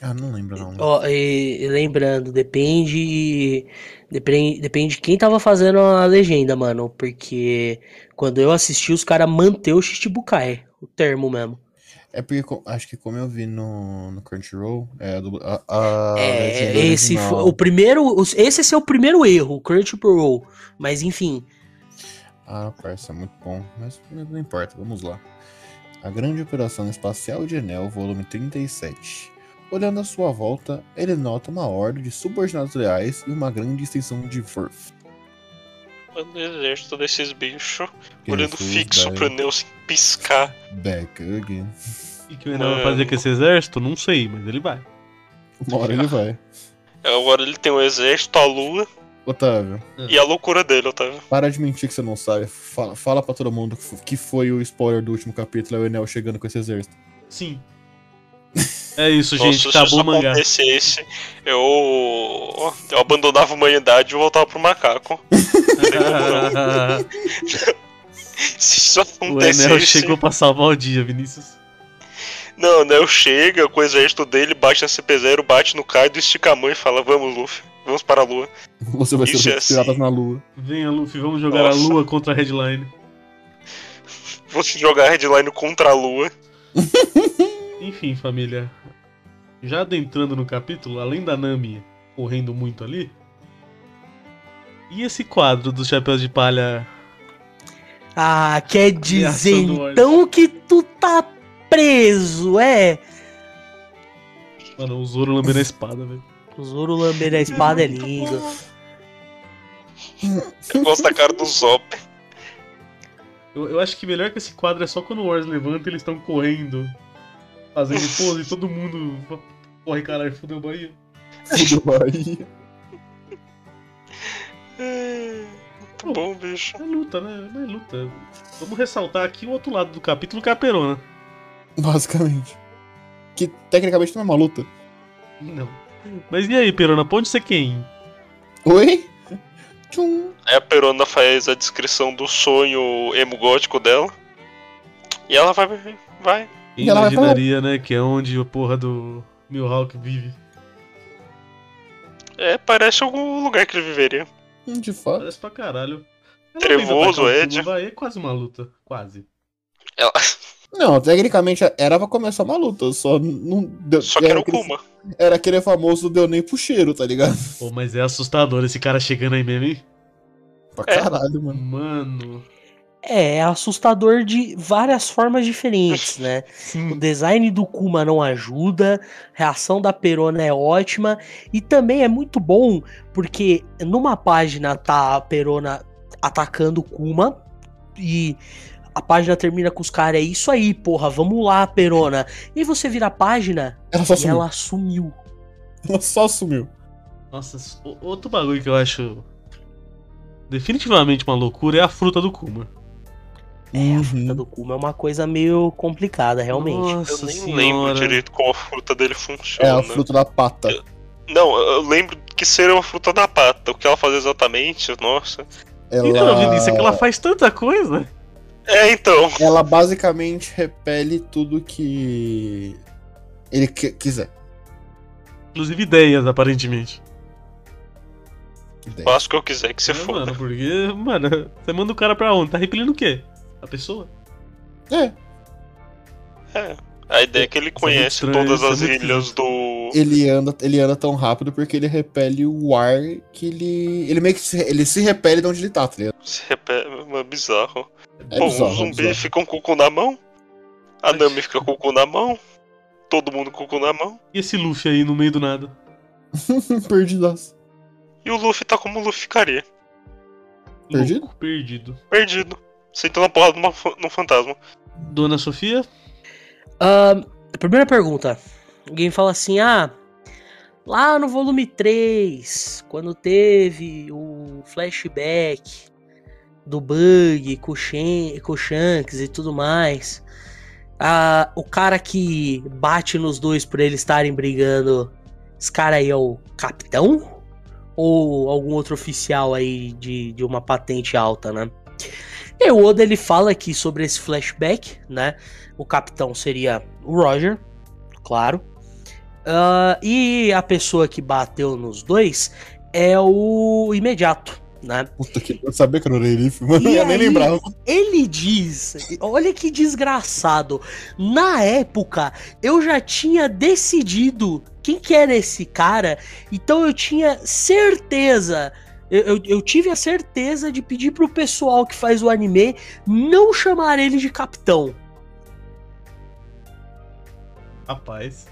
Speaker 7: Ah, não lembro não.
Speaker 5: Ó, e, e lembrando, depende, depende, depende de quem tava fazendo a legenda, mano, porque quando eu assisti, os caras manteu o Shichibukai, o termo mesmo.
Speaker 7: É porque co- acho que como eu vi no, no Crunchyroll, é a, dubla- a, a
Speaker 5: É,
Speaker 7: legenda
Speaker 5: esse
Speaker 7: original.
Speaker 5: foi o primeiro, os- esse é seu primeiro erro, o Crunchyroll, mas enfim,
Speaker 7: Ah, parça, muito bom. Mas não importa, vamos lá. A Grande Operação Espacial de Enel, volume 37. Olhando à sua volta, ele nota uma horda de subordinados leais e uma grande extensão de força.
Speaker 4: Mano, o exército desses bichos.
Speaker 7: Que
Speaker 4: olhando
Speaker 7: Jesus,
Speaker 4: fixo
Speaker 7: velho.
Speaker 4: pro Neo sem piscar.
Speaker 7: Back again.
Speaker 2: E que o Enel vai
Speaker 4: Mano.
Speaker 2: fazer com esse exército? Não sei, mas ele vai.
Speaker 7: Uma hora ele vai.
Speaker 4: Agora ele tem o exército, a lua
Speaker 7: Otávio,
Speaker 4: e a loucura dele, tá? Otávio.
Speaker 7: para de mentir que você não sabe. Fala, fala pra todo mundo que fo- que foi o spoiler do último capítulo, é o Enel chegando com esse exército.
Speaker 2: Sim. É isso, gente.
Speaker 4: Nossa, se
Speaker 2: acabou
Speaker 4: isso
Speaker 2: o mangá.
Speaker 4: acontecesse, eu... eu abandonava a humanidade e voltava pro macaco. Se isso
Speaker 2: o Enel
Speaker 4: acontecesse...
Speaker 2: chegou pra salvar o dia, Vinícius.
Speaker 4: Não, o Neo chega com o exército dele, bate na CP0, bate no Kaido, estica a mão e fala, vamos, Luffy, vamos para a lua.
Speaker 7: Você vai
Speaker 4: Isso
Speaker 7: ser um
Speaker 4: é
Speaker 7: dos piratas
Speaker 4: assim.
Speaker 7: na lua.
Speaker 2: Venha, Luffy, vamos jogar
Speaker 4: Nossa.
Speaker 2: a lua contra a Headline.
Speaker 4: fosse jogar headline contra a lua.
Speaker 2: Enfim, família. Já adentrando no capítulo, além da Nami correndo muito ali. E esse quadro dos chapéus de palha
Speaker 5: Ah, quer dizer
Speaker 2: do
Speaker 5: então que tu tá preso, é?
Speaker 2: Mano, o Zoro lambendo a espada, velho.
Speaker 5: O Zoro lambendo a espada é lindo.
Speaker 4: Eu gosto da cara do Zop.
Speaker 2: Eu, eu acho que melhor que esse quadro é só quando o Wars levanta e eles estão correndo. Fazendo pose e todo mundo. Corre, caralho, fudeu o Bahia.
Speaker 4: É, Muito bom, bicho.
Speaker 2: É luta, né? Não é luta. Vamos ressaltar aqui o outro lado do capítulo, que é a perona.
Speaker 7: Basicamente. Que tecnicamente não é uma luta.
Speaker 2: Não. Mas e aí, perona? Pra onde você quem?
Speaker 7: Oi? Tchum.
Speaker 4: Aí a Perona faz a descrição do sonho emo gótico dela. E ela vai. vai.
Speaker 2: Quem
Speaker 7: E ela vai pra-
Speaker 2: imaginaria, né? Que é onde a porra do Milhawk vive.
Speaker 4: É, parece algum lugar que ele viveria.
Speaker 7: De fato.
Speaker 2: Parece pra caralho. Ela tenta
Speaker 4: Trevoso,
Speaker 2: atacar o
Speaker 4: Ed.
Speaker 2: Kuma, vai, É quase uma luta. Quase.
Speaker 4: Ela-
Speaker 7: Não, tecnicamente era pra começar uma luta, só não deu.
Speaker 4: Só que era o
Speaker 7: aquele-
Speaker 4: Kuma.
Speaker 7: Era aquele famoso deu nem pro cheiro, tá ligado?
Speaker 2: Pô, mas é assustador esse cara chegando aí mesmo, hein?
Speaker 7: Pra
Speaker 4: É.
Speaker 7: caralho, mano.
Speaker 2: Mano.
Speaker 5: É, é assustador de várias formas diferentes, né? O design do Kuma não ajuda, a reação da Perona é ótima, e também é muito bom porque numa página tá a Perona atacando o Kuma e a página termina com os caras, é isso aí, porra, vamos lá, Perona. E aí você vira a página
Speaker 7: Ela só
Speaker 5: e
Speaker 7: sumiu. Ela...
Speaker 5: ela sumiu.
Speaker 7: só sumiu.
Speaker 2: Nossa, s- o- outro bagulho que eu acho definitivamente uma loucura é a fruta do Kuma.
Speaker 5: É, a fruta
Speaker 7: Uhum.
Speaker 5: do Kuma é uma coisa meio complicada, realmente.
Speaker 2: Nossa
Speaker 4: Eu nem
Speaker 2: senhora.
Speaker 4: lembro direito como a fruta dele
Speaker 7: É
Speaker 4: funciona.
Speaker 7: a fruta da pata.
Speaker 4: Não, eu lembro que seria uma fruta da pata. O que ela faz exatamente, nossa.
Speaker 7: Ela...
Speaker 2: Então, Vinícius, é que ela faz tanta coisa.
Speaker 4: É, então.
Speaker 7: ela basicamente repele tudo que ele qui- quiser.
Speaker 2: Inclusive ideias, aparentemente.
Speaker 7: Que ideia.
Speaker 4: Faço o que eu quiser, que você
Speaker 2: É,
Speaker 4: foda.
Speaker 2: mano, porque, mano, você manda o cara pra onde? Tá repelindo o quê? A pessoa?
Speaker 7: É,
Speaker 4: A ideia é que ele conhece
Speaker 2: Isso é muito estranho,
Speaker 4: todas as
Speaker 2: isso é muito
Speaker 4: ilhas do.
Speaker 7: ele anda, ele anda tão rápido porque ele repele o ar que ele. Ele meio que se, ele se repele de onde ele tá, tá ligado?
Speaker 4: Se repete, mano, bizarro. um
Speaker 7: É
Speaker 4: Bom,
Speaker 7: bizarro,
Speaker 4: os
Speaker 7: é
Speaker 4: zumbis
Speaker 7: bizarro.
Speaker 4: ficam com o cu na mão. A Nami fica com o cu na mão. Todo mundo com o cu na mão.
Speaker 2: E esse Luffy aí no meio do nada?
Speaker 7: Perdidas.
Speaker 4: E o Luffy tá como o Luffy ficaria.
Speaker 7: Perdido?
Speaker 2: Louco, perdido.
Speaker 4: Perdido. Sentando a porrada numa fa- num fantasma.
Speaker 2: Dona Sofia?
Speaker 5: Ahn, primeira pergunta. Alguém fala assim: ah, lá no volume 3, quando teve o flashback do Bug com o, Shen- com o Shanks e tudo mais, ah, o cara que bate nos dois por eles estarem brigando, esse cara aí é o capitão? Ou algum outro oficial aí de, de uma patente alta, né? E o Oda ele fala aqui sobre esse flashback, né? O capitão seria o Roger, claro. Ah, e a pessoa que bateu nos dois é o imediato, né?
Speaker 7: Puta que eu sabia que era orelhife, mano.
Speaker 5: E
Speaker 7: Eu nem
Speaker 5: aí?
Speaker 7: lembrava.
Speaker 5: Ele diz, olha que desgraçado. Na época, eu já tinha decidido quem que era esse cara, então eu tinha certeza. Eu, eu- eu tive a certeza de pedir pro pessoal que faz o anime não chamar ele de capitão.
Speaker 2: Rapaz.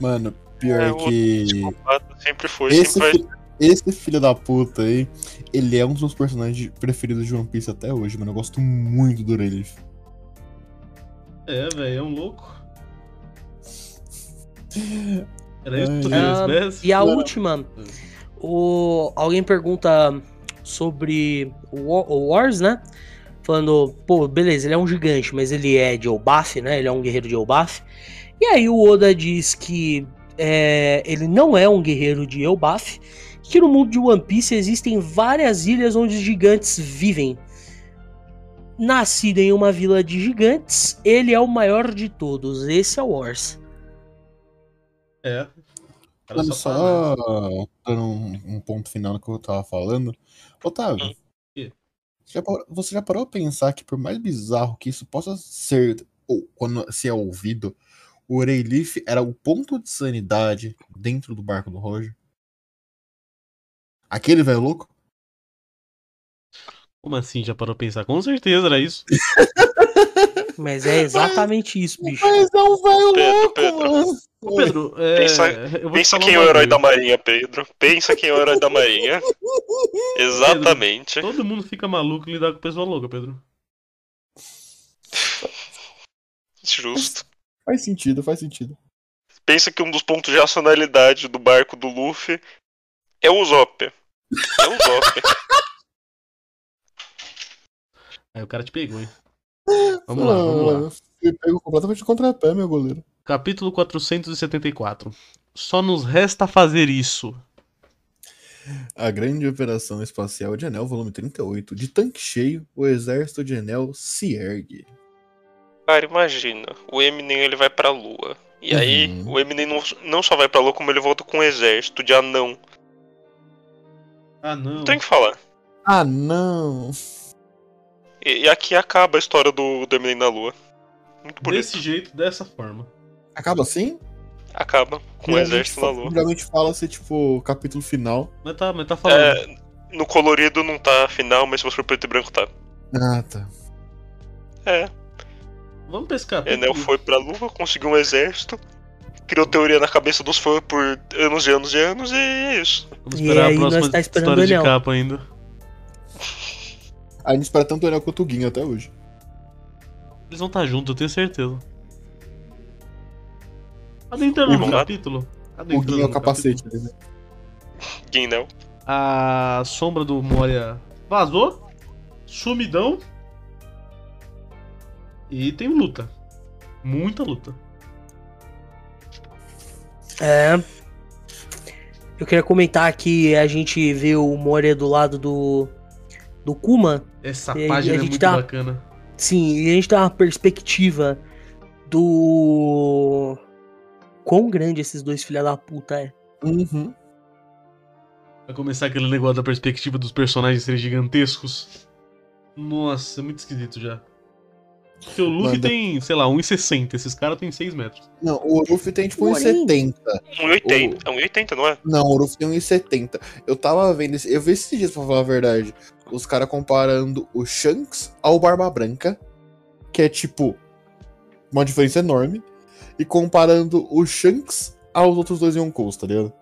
Speaker 7: Mano, pior
Speaker 4: É, o
Speaker 7: que.
Speaker 4: Psicopata sempre foi,
Speaker 7: Esse,
Speaker 4: sempre vai.
Speaker 7: fi- esse filho da puta aí, ele é um dos meus personagens preferidos de One Piece até hoje, mano. Eu gosto muito do orelhife.
Speaker 2: É, velho, é um louco. Era isso
Speaker 7: Ai,
Speaker 2: que tu
Speaker 7: ai.
Speaker 2: queria espécie?
Speaker 5: E a
Speaker 7: Não. Hum.
Speaker 5: última, o, alguém pergunta sobre o, Wa- o Wars, né? Falando, pô, beleza, ele é um gigante, mas ele é de Elbaf, né? Ele é um guerreiro de Elbaf. E aí o Oda diz que é, ele não é um guerreiro de Elbaf, que no mundo de One Piece existem várias ilhas onde os gigantes vivem. Nascido em uma vila de gigantes, ele é o maior de todos. Esse é o Wars.
Speaker 2: É. Era
Speaker 7: Mano,
Speaker 2: pra nada.
Speaker 7: só dando um, um ponto final no que eu tava falando. Otávio,
Speaker 4: Hum.
Speaker 2: Quê?
Speaker 7: Você já, parou, você já parou a pensar que, por mais bizarro que isso possa ser, ou quando se é ouvido, o Rayleaf era o ponto de sanidade dentro do barco do Roger? Aquele velho louco?
Speaker 2: Como assim? Já parou pra pensar? Com certeza era isso.
Speaker 5: Mas é exatamente isso, bicho.
Speaker 7: Mas é um velho
Speaker 4: Pedro,
Speaker 7: louco,
Speaker 4: Pedro.
Speaker 7: mano.
Speaker 2: Ô, Pedro, é,
Speaker 4: Pensa-
Speaker 2: eu vou te
Speaker 4: Pensa
Speaker 2: falar
Speaker 4: quem é
Speaker 2: um
Speaker 4: o herói da
Speaker 2: bagulho.
Speaker 4: marinha, Pedro. Pensa quem é o herói da marinha. Exatamente.
Speaker 2: Todo mundo fica maluco em lidar com pessoa louca, Pedro.
Speaker 4: Justo.
Speaker 7: Faz sentido, faz sentido.
Speaker 4: Pensa que um dos pontos de racionalidade do barco do Luffy é o Usopp. É o Usopp.
Speaker 2: Aí o cara te pegou, hein? Vamos lá, vamos lá.
Speaker 7: Você pegou completamente de contrapé, meu goleiro.
Speaker 2: Capítulo 474. Só nos resta fazer isso.
Speaker 7: A grande operação espacial de Enel, volume 38. De tanque cheio, o exército de Enel se ergue.
Speaker 4: Cara, imagina. O Eminem ele vai pra lua. E aí,
Speaker 7: Uhum.
Speaker 4: o Eminem não, não só vai pra lua, como ele volta com um exército de anão.
Speaker 2: Ah, não.
Speaker 4: Não tem o que falar.
Speaker 7: Ah, não!
Speaker 4: E, e aqui acaba a história do, do Eminem na lua. Muito bonito.
Speaker 2: Desse jeito, dessa forma.
Speaker 7: Acaba assim?
Speaker 4: Acaba com o
Speaker 7: Geralmente
Speaker 4: exército na
Speaker 7: fa-
Speaker 4: lua.
Speaker 7: um Geralmente fala-se, tipo, capítulo final.
Speaker 2: Mas tá, mas tá falando.
Speaker 4: É, no colorido não tá final, mas se você for preto e branco tá.
Speaker 7: Ah, tá.
Speaker 4: É.
Speaker 2: Vamos pescar.
Speaker 4: Enel é, foi pra Lua, conseguiu um exército, criou teoria na cabeça dos fãs por anos e anos e anos, e é isso.
Speaker 2: Vamos
Speaker 5: E
Speaker 2: esperar
Speaker 5: aí,
Speaker 2: a
Speaker 5: nós
Speaker 2: próxima
Speaker 5: tá esperando
Speaker 2: história de
Speaker 5: Enel.
Speaker 2: capa ainda.
Speaker 7: Ainda espera tanto o Enel quanto o Guinho até hoje.
Speaker 2: Eles vão estar juntos, eu tenho certeza. Adentrando
Speaker 7: E
Speaker 2: no
Speaker 4: vamos-
Speaker 2: capítulo.
Speaker 7: O
Speaker 2: Adentrando
Speaker 7: Guinho é o
Speaker 2: no
Speaker 7: capacete.
Speaker 2: capítulo.
Speaker 7: Né?
Speaker 4: Guinel.
Speaker 2: A sombra do Moria vazou. Sumidão. E tem luta. Muita luta.
Speaker 5: É. Eu queria comentar que a gente vê o Moria do lado do. do Kuma.
Speaker 2: Essa
Speaker 5: E aí,
Speaker 2: página
Speaker 5: a
Speaker 2: é
Speaker 5: gente
Speaker 2: muito
Speaker 5: tá-
Speaker 2: bacana.
Speaker 5: Sim, e a gente dá uma perspectiva do. Quão grande esses dois filha da puta é.
Speaker 7: Uhum.
Speaker 2: Vai começar aquele negócio da perspectiva dos personagens serem gigantescos. Nossa, é muito esquisito já. Porque o Luffy
Speaker 7: Manda.
Speaker 2: tem, sei lá, 1,60. Esses caras têm 6 metros.
Speaker 7: Não, o Luffy tem tipo uns
Speaker 5: Porém.
Speaker 7: 70.
Speaker 4: 1,80. É 1,80, não é?
Speaker 7: Não, o Luffy tem uns 70. Eu tava vendo esse. Eu vi esses dias, pra falar a verdade. Os caras comparando o Shanks ao Barba Branca, que é tipo. Uma diferença enorme. E comparando o Shanks aos outros dois Yonkous, tá ligado?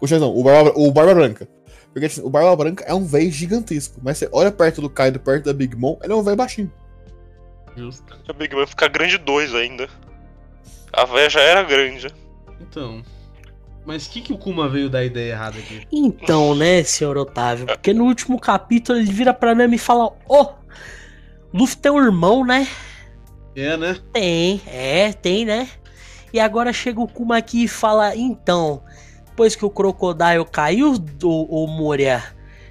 Speaker 7: O Shanks não, o Barba, o Barba Branca. Porque assim, o Barba Branca é um velho gigantesco. Mas você olha perto do Kaido, perto da Big Mom, ele é um velho baixinho.
Speaker 2: Justo.
Speaker 4: A Big Man fica grande 2 ainda. A véia já era grande.
Speaker 2: Então. Mas o que, que o Kuma veio dar ideia errada aqui?
Speaker 5: Então, né, senhor Otávio? Porque no último capítulo ele vira pra Nami e fala: Ô, Luffy tem um irmão, né?
Speaker 2: É, né?
Speaker 5: Tem, é, tem, né? E agora chega o Kuma aqui e fala: então, depois que o Crocodile caiu, o, o Moria,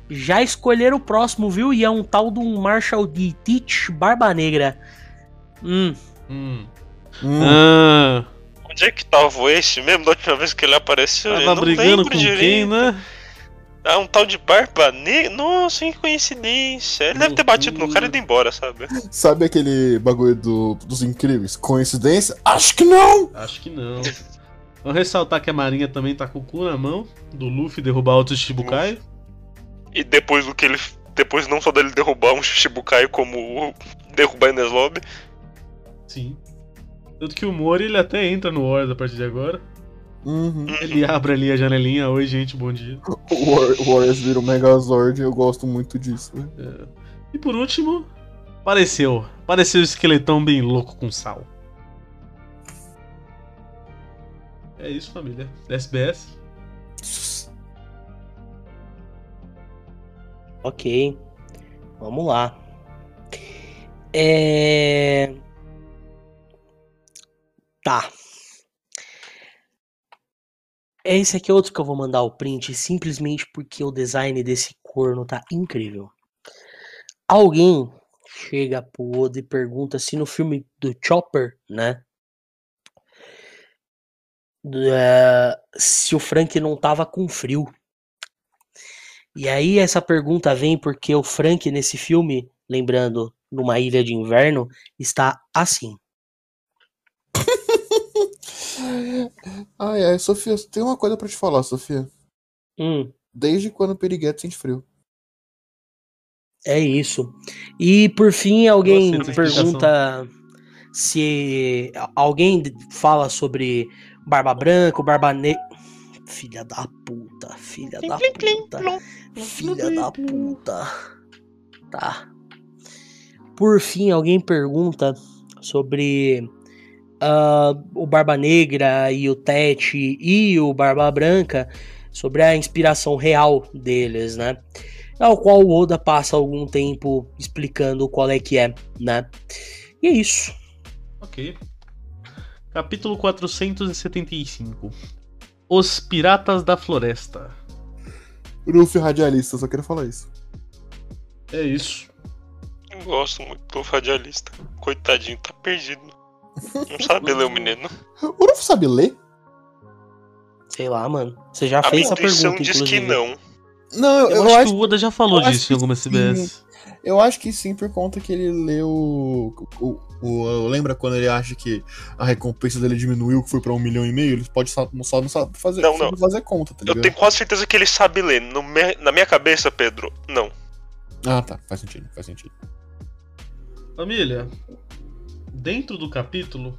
Speaker 5: já escolheram o próximo, viu? E é um tal de um Marshall de Teach Barba Negra. Hum,
Speaker 2: Hum.
Speaker 7: Hum,
Speaker 2: Ah,
Speaker 4: Onde é que tava esse mesmo da última vez que ele apareceu? Eu
Speaker 2: tava
Speaker 4: não
Speaker 2: brigando
Speaker 4: lembro
Speaker 2: com quem, né?
Speaker 4: Ah, um tal de Barba Negra. Nossa, que coincidência. Ele deve ter batido no cara e ido embora, sabe?
Speaker 7: Sabe aquele bagulho do- dos incríveis? Coincidência? Acho que não!
Speaker 2: Acho que não. Vamos ressaltar que a Marinha também tá com o cu na mão do Luffy derrubar outros Shibukai.
Speaker 4: E depois do que ele. Depois não só dele derrubar um Shichibukai como o- derrubar Enes Lobby.
Speaker 2: Sim. Tanto que o Mori ele até entra no Wars a partir de agora.
Speaker 7: Uhum.
Speaker 2: Ele abre ali a janelinha. Oi, gente, bom dia.
Speaker 7: O War- o Warriors vira um Megazord e eu gosto muito disso. né?
Speaker 2: E por último, apareceu. Apareceu o esqueletão bem louco com sal. É isso, família. SBS.
Speaker 5: ok. Vamos lá. É. Tá. Esse aqui é outro que eu vou mandar o print, simplesmente porque o design desse corno tá incrível. Alguém chega pro Oda e pergunta se no filme do Chopper, né? do- é, se o Frank não tava com frio. E aí essa pergunta vem porque o Frank nesse filme, lembrando, numa ilha de inverno, está assim.
Speaker 7: ai, ai, Sofia, tem uma coisa pra te falar, Sofia.
Speaker 5: Hum,
Speaker 7: Desde quando o Periguete sente frio?
Speaker 5: é isso. E por fim, alguém
Speaker 2: Nossa, essa
Speaker 5: pergunta se alguém fala sobre barba branca, barba negra. Filha da puta, filha da puta. Filha da puta. Tá. Por fim, alguém pergunta sobre ah, o Barba Negra e o Tete e o Barba Branca, sobre a inspiração real deles, né? Ao qual o Oda passa algum tempo explicando qual é que é, né? E é isso.
Speaker 2: Ok. Capítulo 475 Os Piratas da Floresta.
Speaker 7: Luffy é radialista, só quero falar isso.
Speaker 2: É isso.
Speaker 4: Eu gosto muito do radialista. Coitadinho, tá perdido. Não sabe ler o menino.
Speaker 7: O Luffy sabe ler?
Speaker 5: Sei lá, mano. Você já
Speaker 4: A minha
Speaker 5: fez essa
Speaker 4: intuição
Speaker 5: pergunta,
Speaker 4: diz que
Speaker 5: inclusive.
Speaker 4: não.
Speaker 7: Não,
Speaker 2: Eu, acho, que o Oda já falou
Speaker 7: eu acho
Speaker 2: disso
Speaker 7: que
Speaker 2: em alguma
Speaker 7: sim.
Speaker 2: CBS.
Speaker 7: Eu acho que sim, por conta que ele leu. O, o- o- lembra quando ele acha que a recompensa dele diminuiu, que foi pra um milhão e meio? Ele pode só, só não sabe fazer,
Speaker 4: Não,
Speaker 7: só
Speaker 4: não.
Speaker 7: fazer conta, tá
Speaker 4: Eu
Speaker 7: ligado?
Speaker 4: tenho quase certeza que ele sabe ler. No me- Na minha cabeça, Pedro, não.
Speaker 7: Ah, tá, faz sentido, faz sentido.
Speaker 2: Família, dentro do capítulo,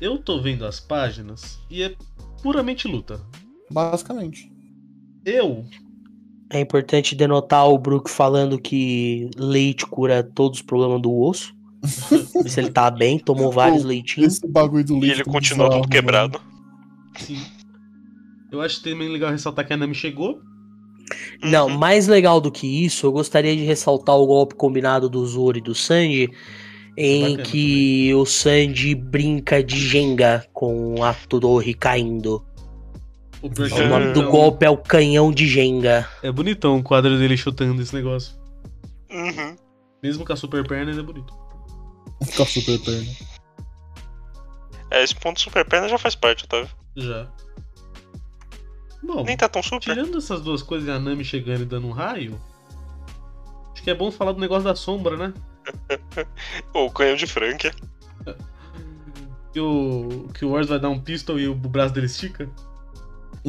Speaker 2: eu tô vendo as páginas e é puramente luta.
Speaker 7: Basicamente.
Speaker 2: Eu
Speaker 5: É importante denotar o Brook falando que leite cura todos os problemas do osso. Ver Se ele tá bem, tomou vários leitinhos.
Speaker 7: Esse bagulho do
Speaker 4: E
Speaker 7: leite
Speaker 4: ele
Speaker 7: tá
Speaker 4: continua
Speaker 7: bizarro,
Speaker 4: todo
Speaker 7: mano.
Speaker 4: quebrado.
Speaker 2: Sim. Eu acho também é legal ressaltar que a Nami chegou.
Speaker 5: Não,
Speaker 4: Uhum.
Speaker 5: mais legal do que isso, eu gostaria de ressaltar o golpe combinado do Zoro e do Sanji, em
Speaker 2: Bacana
Speaker 5: que o Sanji brinca de Jenga com a Todori caindo.
Speaker 2: O pior que
Speaker 5: O nome do
Speaker 2: é-
Speaker 5: golpe é o canhão de Jenga.
Speaker 2: É bonitão o quadro dele chutando esse negócio.
Speaker 4: Uhum.
Speaker 2: Mesmo com a super perna, ele é bonito.
Speaker 7: Fica tá super perna.
Speaker 4: É, esse ponto super perna já faz parte, Otávio.
Speaker 2: Já. Bom,
Speaker 4: Nem tá tão super.
Speaker 2: tirando essas duas coisas e a Nami chegando e dando um raio. Acho que é bom falar do negócio da sombra, né?
Speaker 4: Ou o canhão de Frank.
Speaker 5: Uhum.
Speaker 2: Que o, que o Ors vai dar um pistol e o braço dele estica.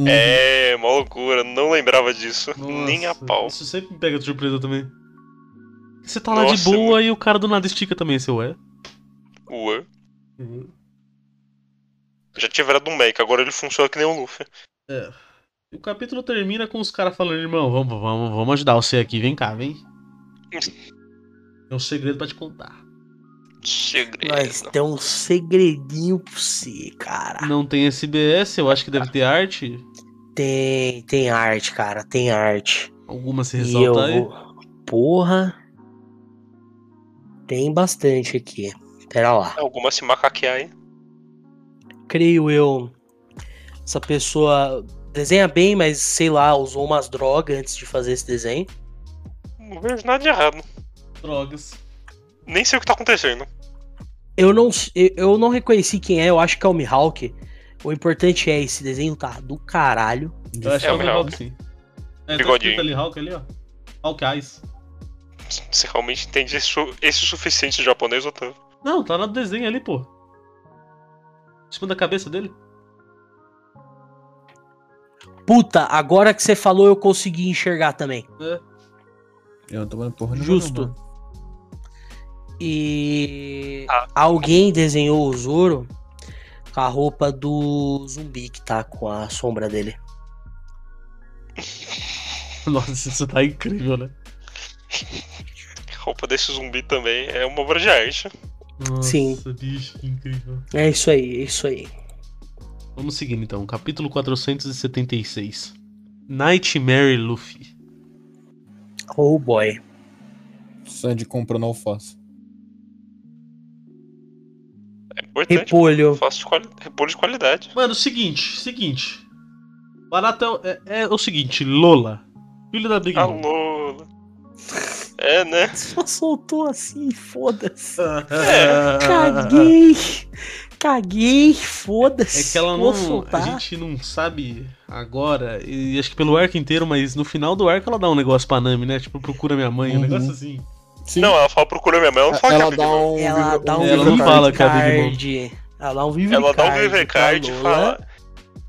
Speaker 4: É, uma loucura. Não lembrava disso.
Speaker 2: Nossa,
Speaker 4: Nem a pau.
Speaker 2: Isso sempre me pega de surpresa também. Você tá lá de
Speaker 4: Nossa,
Speaker 2: boa e o cara do nada estica também, seu é.
Speaker 4: Ua.
Speaker 5: Uhum.
Speaker 4: Já tinha virado um Mac, agora ele funciona que nem o Luffy.
Speaker 2: É. E O capítulo termina com os caras falando, irmão, vamos, vamos, vamos ajudar você aqui, vem cá, vem. É um segredo pra te contar.
Speaker 4: Segredo.
Speaker 5: Mas tem um segredinho pra você, cara.
Speaker 2: Não tem SBS, eu acho que deve ter arte.
Speaker 5: Tem, tem arte, cara, tem arte.
Speaker 2: Alguma se
Speaker 5: E eu
Speaker 2: ressalta aí.
Speaker 5: vou... Porra. Tem bastante aqui. Pera lá.
Speaker 4: Alguma se macaquear aí.
Speaker 5: Creio eu. Essa pessoa desenha bem, mas sei lá, usou umas drogas antes de fazer esse desenho.
Speaker 4: Não vejo nada de errado.
Speaker 2: Drogas.
Speaker 4: Nem sei o que tá acontecendo.
Speaker 5: Eu não, s- eu- eu não reconheci quem é, eu acho que é o Mihawk. O importante é esse desenho tá do caralho.
Speaker 2: Eu acho que é o
Speaker 4: É, o
Speaker 2: Mihawk, sim. É, tá
Speaker 4: Bigodinho.
Speaker 2: escrito ali, Hawk ali, ó. Hawk Eyes.
Speaker 4: Você realmente entende esse, su- esse suficiente de japonês, Otávio?
Speaker 2: Não, tá no desenho ali, pô. Em cima da cabeça dele.
Speaker 5: Puta, agora que você falou eu consegui enxergar também.
Speaker 6: Eu não tô vendo porra nenhuma,
Speaker 5: Justo.
Speaker 6: não, mano.
Speaker 5: E
Speaker 4: Ah.
Speaker 5: alguém desenhou o Zoro com a roupa do zumbi que tá com a sombra dele.
Speaker 2: Nossa, isso tá incrível, né?
Speaker 4: A roupa desse zumbi também é uma obra de arte.
Speaker 2: Nossa,
Speaker 5: Sim.
Speaker 2: bicho, que incrível.
Speaker 5: É isso aí, é isso aí.
Speaker 2: Vamos seguindo então, capítulo 476. Nightmare Luffy.
Speaker 5: Oh boy.
Speaker 7: Sandy comprando alface.
Speaker 4: É importante.
Speaker 5: Repolho.
Speaker 4: Faço de quali- repolho de qualidade.
Speaker 2: Mano, seguinte, seguinte. Barato é o- é, é o seguinte, Lola. Filho da Big Mom.
Speaker 4: Alô. É, né?
Speaker 5: Só soltou assim, foda-se.
Speaker 2: Ah,
Speaker 5: Caguei! caguei, foda-se.
Speaker 2: É que ela não.
Speaker 5: vou
Speaker 2: A
Speaker 5: soltar.
Speaker 2: gente não sabe agora, e acho que pelo arco inteiro, mas no final do arco ela dá um negócio pra Nami, né? Tipo, procura minha mãe, um
Speaker 7: Uhum.
Speaker 2: negócio assim.
Speaker 7: Sim.
Speaker 4: Não, é ela fala procura minha mãe, ela não fala
Speaker 7: ela
Speaker 4: que é
Speaker 7: dá
Speaker 4: a Big
Speaker 7: um.
Speaker 5: Ela dá um
Speaker 2: Ela
Speaker 5: vive
Speaker 2: não fala que é a Big Mom.
Speaker 5: card. Ela dá um vive
Speaker 4: Mom. Ela dá um
Speaker 5: card
Speaker 4: viver
Speaker 5: pra
Speaker 4: card e
Speaker 5: Lola.
Speaker 4: fala.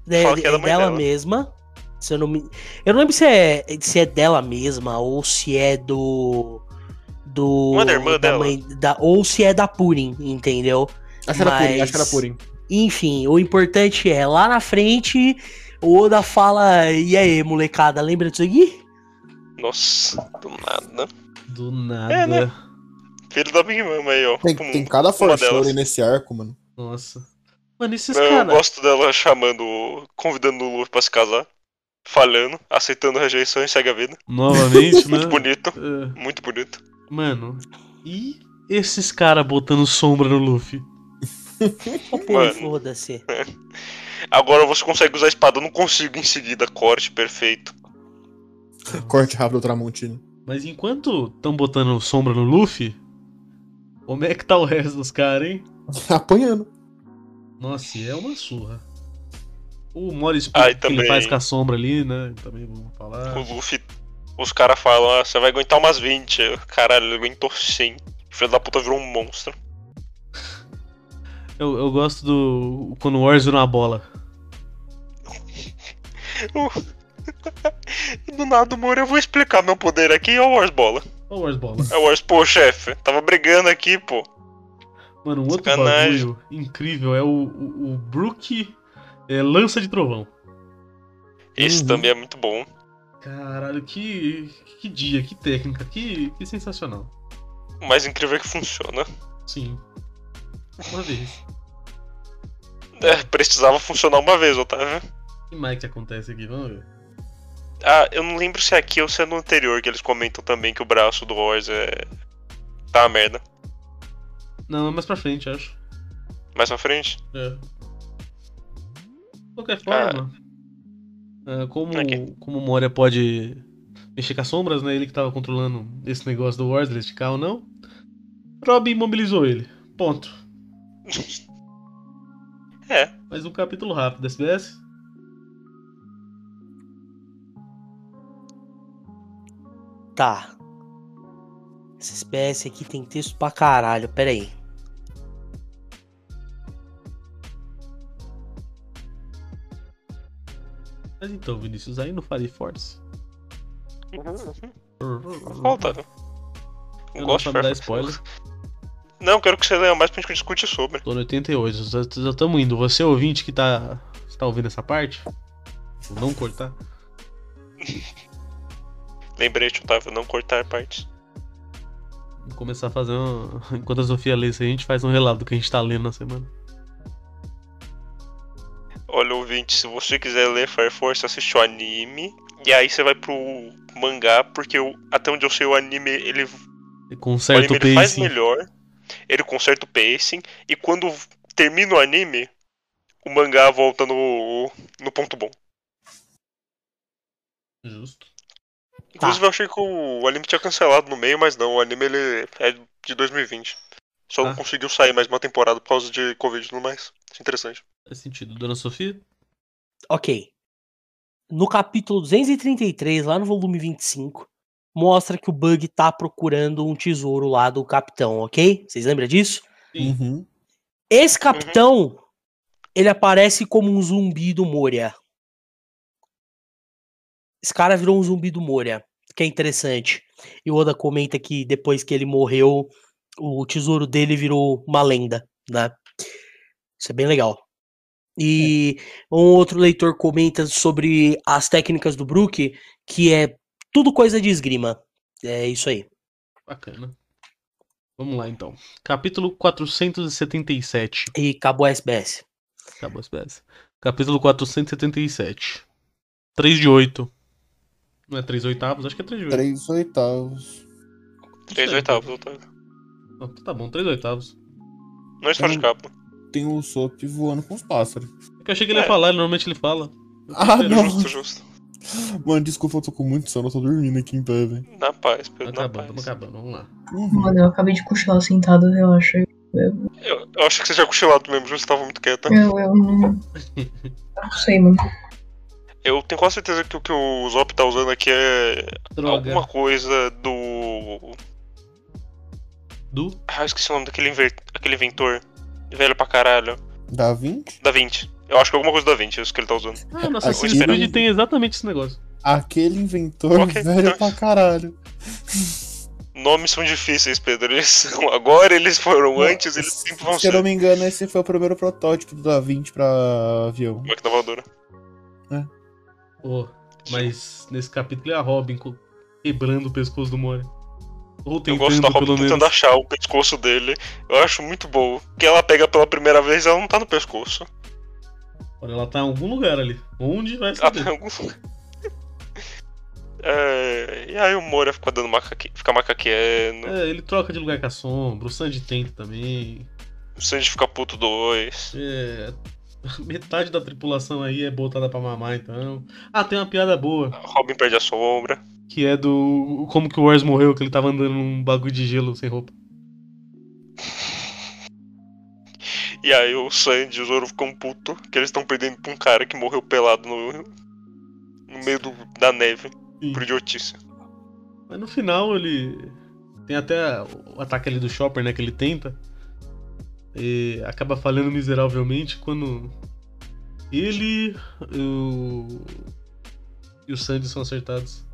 Speaker 5: É,
Speaker 4: Fala que
Speaker 5: é
Speaker 4: ela é
Speaker 5: dela
Speaker 4: mãe dela.
Speaker 5: mesma. Se eu, não me... eu não lembro se é, se é dela mesma ou se é do. Do.
Speaker 4: Uma é da irmã
Speaker 5: da
Speaker 4: dela.
Speaker 5: mãe- da- ou se é da Purim, entendeu?
Speaker 7: Acho que era Purim, acho que era
Speaker 5: Mas-
Speaker 7: Purim.
Speaker 5: Enfim, o importante é, lá na frente, o Oda fala. E aí, molecada, lembra disso aqui?
Speaker 4: Nossa, do nada.
Speaker 2: Do nada.
Speaker 4: É, né? Filho da Big Mom aí, ó.
Speaker 7: Tem,
Speaker 4: pro
Speaker 7: tem
Speaker 4: mundo.
Speaker 7: cada
Speaker 4: delas.
Speaker 7: forçore nesse arco, mano.
Speaker 2: Nossa. Mano, esses
Speaker 4: Não, eu
Speaker 2: caras.
Speaker 4: gosto dela chamando, convidando o Luffy pra se casar, falhando, aceitando a rejeição e segue a vida.
Speaker 2: Novamente, né?
Speaker 4: Muito bonito,
Speaker 2: É.
Speaker 4: muito bonito.
Speaker 2: Mano, e esses caras botando sombra no Luffy?
Speaker 5: Ô, pô,
Speaker 4: Mano.
Speaker 5: foda-se.
Speaker 4: Agora você consegue usar a espada, eu não consigo em seguida, corte perfeito.
Speaker 7: Corte rápido do Tramontino.
Speaker 2: Mas enquanto estão botando sombra no Luffy, como é que tá o resto dos caras, hein?
Speaker 7: Apanhando.
Speaker 2: Nossa, e é uma surra. O Mori
Speaker 4: Ah,
Speaker 2: explica
Speaker 4: e
Speaker 2: o que ele
Speaker 4: também-
Speaker 2: faz com a sombra ali, né? Também vamos falar.
Speaker 4: O Luffy, os caras falam, ah, você vai aguentar umas 20. Eu, Caralho, ele aguentou 100. O filho da puta virou um monstro.
Speaker 2: Eu, eu gosto do. quando o Ors vira uma bola.
Speaker 4: Do nada, Moro, eu vou explicar meu poder aqui é o Wars Bola.
Speaker 2: Ó, o Ors bola.
Speaker 4: É o Wars, pô, chefe, tava brigando aqui, pô.
Speaker 2: Mano, um outro
Speaker 4: Sacanagem.
Speaker 2: bagulho incrível é o, o, o Brook é, Lança de Trovão.
Speaker 4: Esse
Speaker 7: Uhum.
Speaker 4: também é muito bom.
Speaker 2: Caralho, que, que dia, que técnica, que, que sensacional.
Speaker 4: O mais incrível é que funciona.
Speaker 2: Sim. Uma vez.
Speaker 4: É, precisava funcionar uma vez, Otávio.
Speaker 2: E mais que acontece aqui, vamos ver.
Speaker 4: Ah, eu não lembro se é aqui ou se é no anterior que eles comentam também que o braço do Royce é. Tá uma merda.
Speaker 2: Não, é mais pra frente, acho.
Speaker 4: Mais na frente?
Speaker 2: É. De qualquer forma, ah, como,
Speaker 4: Ok.
Speaker 2: como o Moria pode mexer com as sombras, né? Ele que tava controlando esse negócio do Wardler esticar ou não. Robin imobilizou ele. Ponto.
Speaker 4: É.
Speaker 2: Mais um capítulo rápido, SBS.
Speaker 5: Tá. Essa espécie aqui tem texto pra caralho, pera aí.
Speaker 2: Mas então, Vinícius, aí no Fire Force.
Speaker 4: Uhum. Qual, Otávio?
Speaker 2: Uhum. Eu
Speaker 4: Não
Speaker 2: não
Speaker 4: gosto
Speaker 2: vou
Speaker 4: de
Speaker 2: dar
Speaker 4: Firefox.
Speaker 2: spoiler.
Speaker 4: Não, quero que você leia mais pra gente discutir sobre.
Speaker 2: Tô no 88, já estamos indo. Você ouvinte que tá, que tá ouvindo essa parte, vou não cortar.
Speaker 4: Lembrete, Otávio, tá, não cortar partes.
Speaker 2: Vou começar a fazer um. Enquanto a Sofia lê isso, aí, a gente faz um relato do que a gente tá lendo na semana.
Speaker 4: Olha, ouvinte, se você quiser ler Fire Force, assiste o anime. E aí você vai pro mangá, porque o- até onde eu sei o anime ele
Speaker 2: E Conserta
Speaker 4: o
Speaker 2: o
Speaker 4: anime ele faz
Speaker 2: pacing.
Speaker 4: melhor, ele conserta o pacing, e quando termina o anime, o mangá volta no, no ponto bom.
Speaker 2: Justo.
Speaker 4: Inclusive
Speaker 2: Tá.
Speaker 4: eu achei que o anime tinha cancelado no meio, mas não, o anime ele é de 2020. Só
Speaker 2: Ah.
Speaker 4: não conseguiu sair mais uma temporada por causa de Covid e tudo mais. Isso é interessante.
Speaker 2: Faz sentido. Dona Sofia?
Speaker 5: Ok. No capítulo 233, lá no volume 25, mostra que o Bug tá procurando um tesouro lá do capitão, ok? Vocês lembram disso?
Speaker 2: Sim.
Speaker 7: Uhum.
Speaker 5: Esse capitão, ele aparece como um zumbi do Moria. Esse cara virou um zumbi do Moria, que é interessante. E o Oda comenta que depois que ele morreu, o tesouro dele virou uma lenda, né? Isso é bem legal. E um outro leitor comenta sobre as técnicas do Brook, que é tudo coisa de esgrima. É isso aí.
Speaker 2: Bacana. Vamos lá então. Capítulo 477.
Speaker 5: E acabou a SBS.
Speaker 2: Acabou as peças. Capítulo 477. 3 de 8. Não é 3 oitavos? Acho que é 3 de 8.
Speaker 7: Três oitavos.
Speaker 4: Três oitavos, Otávio.
Speaker 2: Tá bom, 3 oitavos.
Speaker 4: Não é
Speaker 2: Hum.
Speaker 4: história de capa.
Speaker 7: Tem o Sop voando com os pássaros.
Speaker 2: É que eu achei que ele ia
Speaker 4: É.
Speaker 2: falar, ele normalmente ele fala.
Speaker 7: Ah, não.
Speaker 4: Justo, justo.
Speaker 7: Mano, desculpa, eu tô com muito sono, eu tô dormindo aqui em pé, velho.
Speaker 2: Tá
Speaker 4: Na paz, Pedro, na
Speaker 2: Acabando,
Speaker 4: paz.
Speaker 2: acabando, vamos lá.
Speaker 7: Uhum.
Speaker 3: Mano, eu acabei de cochlar sentado, relaxa.
Speaker 4: Eu, eu acho que você já cochilado mesmo, você estava muito quieta.
Speaker 3: Eu, eu não. Não sei, mano.
Speaker 4: Eu tenho quase certeza que o que o Zop tá usando aqui é
Speaker 2: Droga.
Speaker 4: alguma coisa do.
Speaker 2: Do?
Speaker 4: Ah, eu esqueci o nome daquele inver... aquele inventor. Velho pra caralho.
Speaker 6: Dá 20?
Speaker 4: Da 20. Eu acho que é alguma coisa da 20, é isso que ele tá usando.
Speaker 2: Ah, nossa,
Speaker 7: Assim,
Speaker 6: Aqui
Speaker 2: Assassin's
Speaker 7: né?
Speaker 2: Creed
Speaker 6: não-
Speaker 2: tem exatamente esse negócio.
Speaker 6: Aquele inventor
Speaker 4: Ok,
Speaker 6: velho
Speaker 4: então.
Speaker 6: pra caralho.
Speaker 4: Nomes são difíceis, Pedro. Eles são. Agora eles foram, antes eles
Speaker 6: se,
Speaker 4: sempre vão
Speaker 6: se eu
Speaker 4: ser.
Speaker 6: não me engano, esse foi o primeiro protótipo do Da 20 pra avião.
Speaker 4: Como é que dá voadora?
Speaker 2: Ô, mas nesse capítulo é a Robin co- quebrando o pescoço do Mori. Ou
Speaker 4: Eu gosto da
Speaker 2: tentando,
Speaker 4: Robin
Speaker 2: pelo menos.
Speaker 4: tentando achar o pescoço dele. Eu acho muito bom. Que ela pega pela primeira vez, ela não tá no pescoço.
Speaker 2: Olha, ela tá em algum lugar ali. Onde vai
Speaker 4: Ela tá em
Speaker 2: saber?
Speaker 4: algum lugar. É, e aí o Moura fica dando macaque... fica macaqueando.
Speaker 2: É, ele troca de lugar com a sombra, o Sandy tenta também.
Speaker 4: O Sanji fica puto dois.
Speaker 2: É, Metade da tripulação aí é botada pra mamar, então. Ah, tem uma piada boa.
Speaker 4: A Robin perde a sombra.
Speaker 2: Que é do. Como que o Wars morreu, que ele tava andando num bagulho de gelo sem roupa.
Speaker 4: E aí o Sanji e o Zoro ficam puto. Que eles estão perdendo pra um cara que morreu pelado no. No meio do- da neve.
Speaker 2: Sim.
Speaker 4: Por idiotice.
Speaker 2: Mas no final ele. Tem até o ataque ali do Chopper, né? Que ele tenta. E acaba falhando miseravelmente quando. Ele. O. E o Sandy são acertados.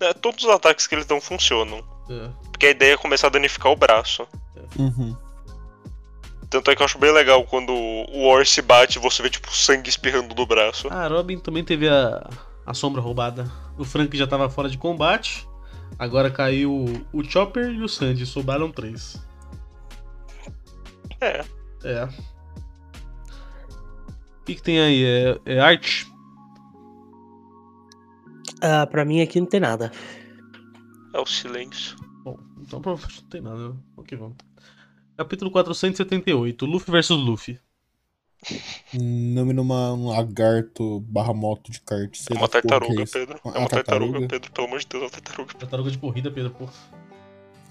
Speaker 4: É, todos os ataques que eles dão funcionam.
Speaker 2: É.
Speaker 4: Porque a ideia é começar a danificar o braço.
Speaker 6: Uhum.
Speaker 4: Tanto é que eu acho bem legal quando o Or se bate e você vê, tipo, sangue espirrando do braço.
Speaker 2: Ah, a Robin também teve a, a sombra roubada. O Frank já tava fora de combate. Agora caiu o Chopper e o Sandy. Sobraram três.
Speaker 4: É.
Speaker 2: É. O que, que tem aí? É, é arte?
Speaker 5: Ah, pra mim aqui não tem nada.
Speaker 4: É o silêncio.
Speaker 2: Bom, então provavelmente não tem nada. né? Ok, vamos. Capítulo 478, Luffy versus Luffy.
Speaker 6: Nome numa um lagarto barra moto de kart. sei lá
Speaker 4: É uma
Speaker 6: que porra que
Speaker 4: tartaruga,
Speaker 6: isso.
Speaker 4: Pedro.
Speaker 6: Uma-
Speaker 4: É uma tartaruga,
Speaker 6: tartaruga?
Speaker 4: Pedro. Pelo amor de Deus, é uma tartaruga.
Speaker 2: Tartaruga de corrida, Pedro, pô.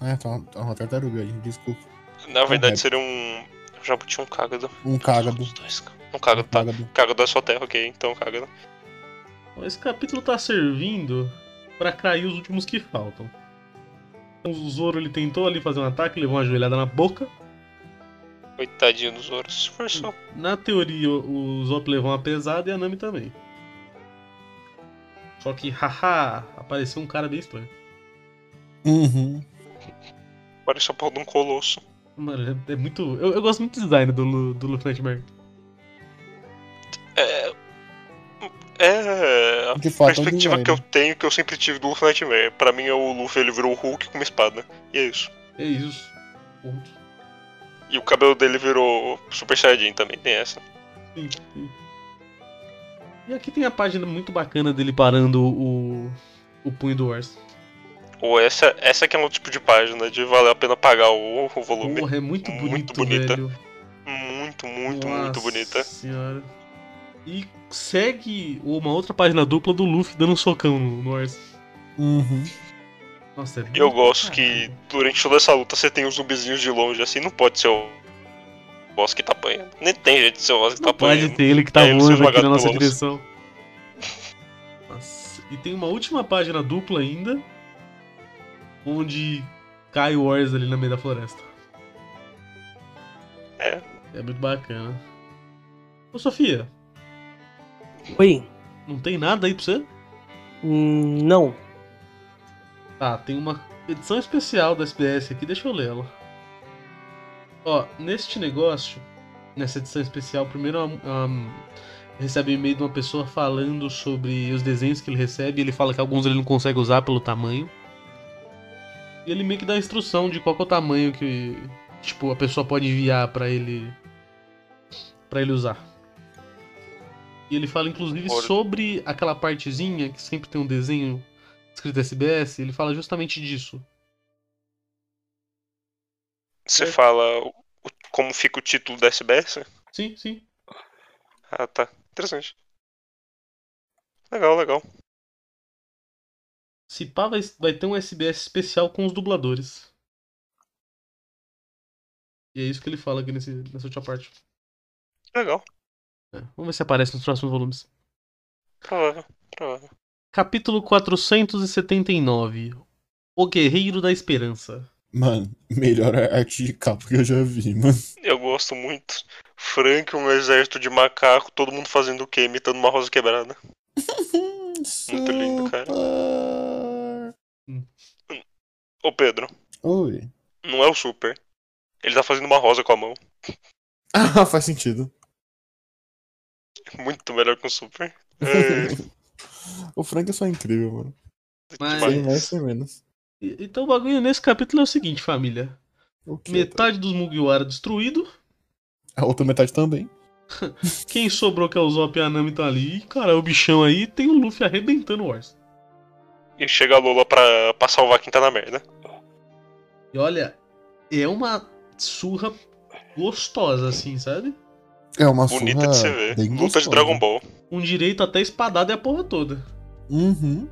Speaker 6: É, tá uma, tá uma tartaruga aí, desculpa.
Speaker 4: Na verdade,
Speaker 6: réptil.
Speaker 4: seria um. Eu já botei um cágado.
Speaker 6: Um É. cágado.
Speaker 4: Os dois, cara. Um
Speaker 6: Um
Speaker 4: cágado, tá.
Speaker 6: cágado.
Speaker 4: Cágado é só terra, ok. Então, cágado.
Speaker 2: Bom, Esse capítulo tá servindo pra cair os últimos que faltam. Então, o Zoro ele tentou ali fazer um ataque, levou uma joelhada na boca.
Speaker 4: Coitadinho dos Zoro. Se esforçou.
Speaker 6: Uhum.
Speaker 2: Na teoria, o Zop levou uma pesada e a Nami também. Só que, haha, apareceu um cara bem estranho.
Speaker 6: Uhum.
Speaker 4: Parece a porra de um colosso.
Speaker 2: Mano, é é muito. Eu, eu gosto muito do design do, Lu- do Luffy Nightmare.
Speaker 4: É. É. A
Speaker 6: De fato, é um
Speaker 4: perspectiva
Speaker 6: design.
Speaker 4: que eu
Speaker 2: né?
Speaker 4: tenho, que eu sempre tive do Luffy Nightmare. Pra mim, é o Luffy ele virou o Hulk com uma espada. E é isso.
Speaker 2: É isso. Ponto.
Speaker 4: E o cabelo dele virou Super Saiyajin também, tem essa.
Speaker 2: Sim, sim. E aqui tem a página muito bacana dele parando o, o punho do Ors.
Speaker 4: Ou essa, essa que é um outro tipo de página de valer a pena pagar o, o volume.
Speaker 2: Porra, é muito bonito,
Speaker 4: Muito bonita.
Speaker 2: velho.
Speaker 4: Muito, muito,
Speaker 2: Nossa
Speaker 4: muito bonita.
Speaker 2: senhora. E segue uma outra página dupla do Luffy dando um socão no, no Ors.
Speaker 6: Uhum.
Speaker 2: Nossa, é bonito
Speaker 4: Eu
Speaker 2: pra
Speaker 4: gosto que
Speaker 2: caralho.
Speaker 4: durante toda essa luta você tem os zumbizinhos de longe, assim, não pode ser o boss que tá apanhando. Nem tem jeito de ser o boss que tá
Speaker 2: Não pode
Speaker 4: apanhando.
Speaker 2: ter ele que tá
Speaker 4: É, ele
Speaker 2: longe
Speaker 4: sendo
Speaker 2: aqui na nossa
Speaker 4: vagabundo.
Speaker 2: direção. Nossa, E tem uma última página dupla ainda. Onde cai o Ors ali na meio da floresta.
Speaker 4: É.
Speaker 2: É muito bacana. Ô Sofia,
Speaker 5: Oi?
Speaker 2: não tem nada aí pra você?
Speaker 5: Hum, não.
Speaker 2: Tá, tem uma edição especial da SBS aqui, deixa eu ler ela. Ó, neste negócio, nessa edição especial, primeiro um, recebe um e-mail de uma pessoa falando sobre os desenhos que ele recebe. Ele fala que alguns ele não consegue usar pelo tamanho. E ele meio que dá a instrução de qual que é o tamanho que, tipo, a pessoa pode enviar pra ele para ele usar. E ele fala inclusive
Speaker 4: Ora.
Speaker 2: sobre aquela partezinha que sempre tem um desenho escrito SBS, ele fala justamente disso.
Speaker 4: Você fala o- o- como fica o título da SBS?
Speaker 2: Sim, sim.
Speaker 4: Ah, tá. Interessante. Legal, legal.
Speaker 2: Se pá, vai, vai ter um SBS especial com os dubladores. E é isso que ele fala aqui nesse- nessa última parte.
Speaker 4: Legal.
Speaker 2: É, Vamos ver se aparece nos próximos volumes.
Speaker 4: Provável, provável.
Speaker 2: Capítulo 479 O Guerreiro da Esperança.
Speaker 7: Mano, melhor arte de capa que eu já vi, mano.
Speaker 4: Eu gosto muito. Frank, um exército de macaco, todo mundo fazendo o quê? Imitando uma rosa quebrada. Muito lindo, cara.
Speaker 7: Super.
Speaker 4: Ô Pedro,
Speaker 7: Oi.
Speaker 4: não é o super. Ele tá fazendo uma rosa com a mão.
Speaker 7: Ah, faz sentido.
Speaker 4: Muito melhor que o super. É,
Speaker 7: o Frank é só incrível, mano. Sem mais,
Speaker 2: Mas.
Speaker 7: sem menos.
Speaker 2: E- Então o bagulho nesse capítulo é o seguinte, família.
Speaker 7: O quê? tá?
Speaker 2: Metade dos Mugiwara destruído.
Speaker 7: A outra metade também.
Speaker 2: Quem sobrou que é o Zop e a Nami tá ali. E, cara, o bichão aí tem o Luffy arrebentando o Ors.
Speaker 4: E chega a Lola pra, pra salvar quem tá na merda.
Speaker 2: E olha, é uma surra gostosa, assim, sabe?
Speaker 7: É uma
Speaker 4: Bonita
Speaker 7: surra
Speaker 4: de se ver.
Speaker 7: bem
Speaker 4: Luta de
Speaker 7: gostosa.
Speaker 4: Dragon Ball.
Speaker 2: Um direito até espadada é a porra toda.
Speaker 7: Uhum.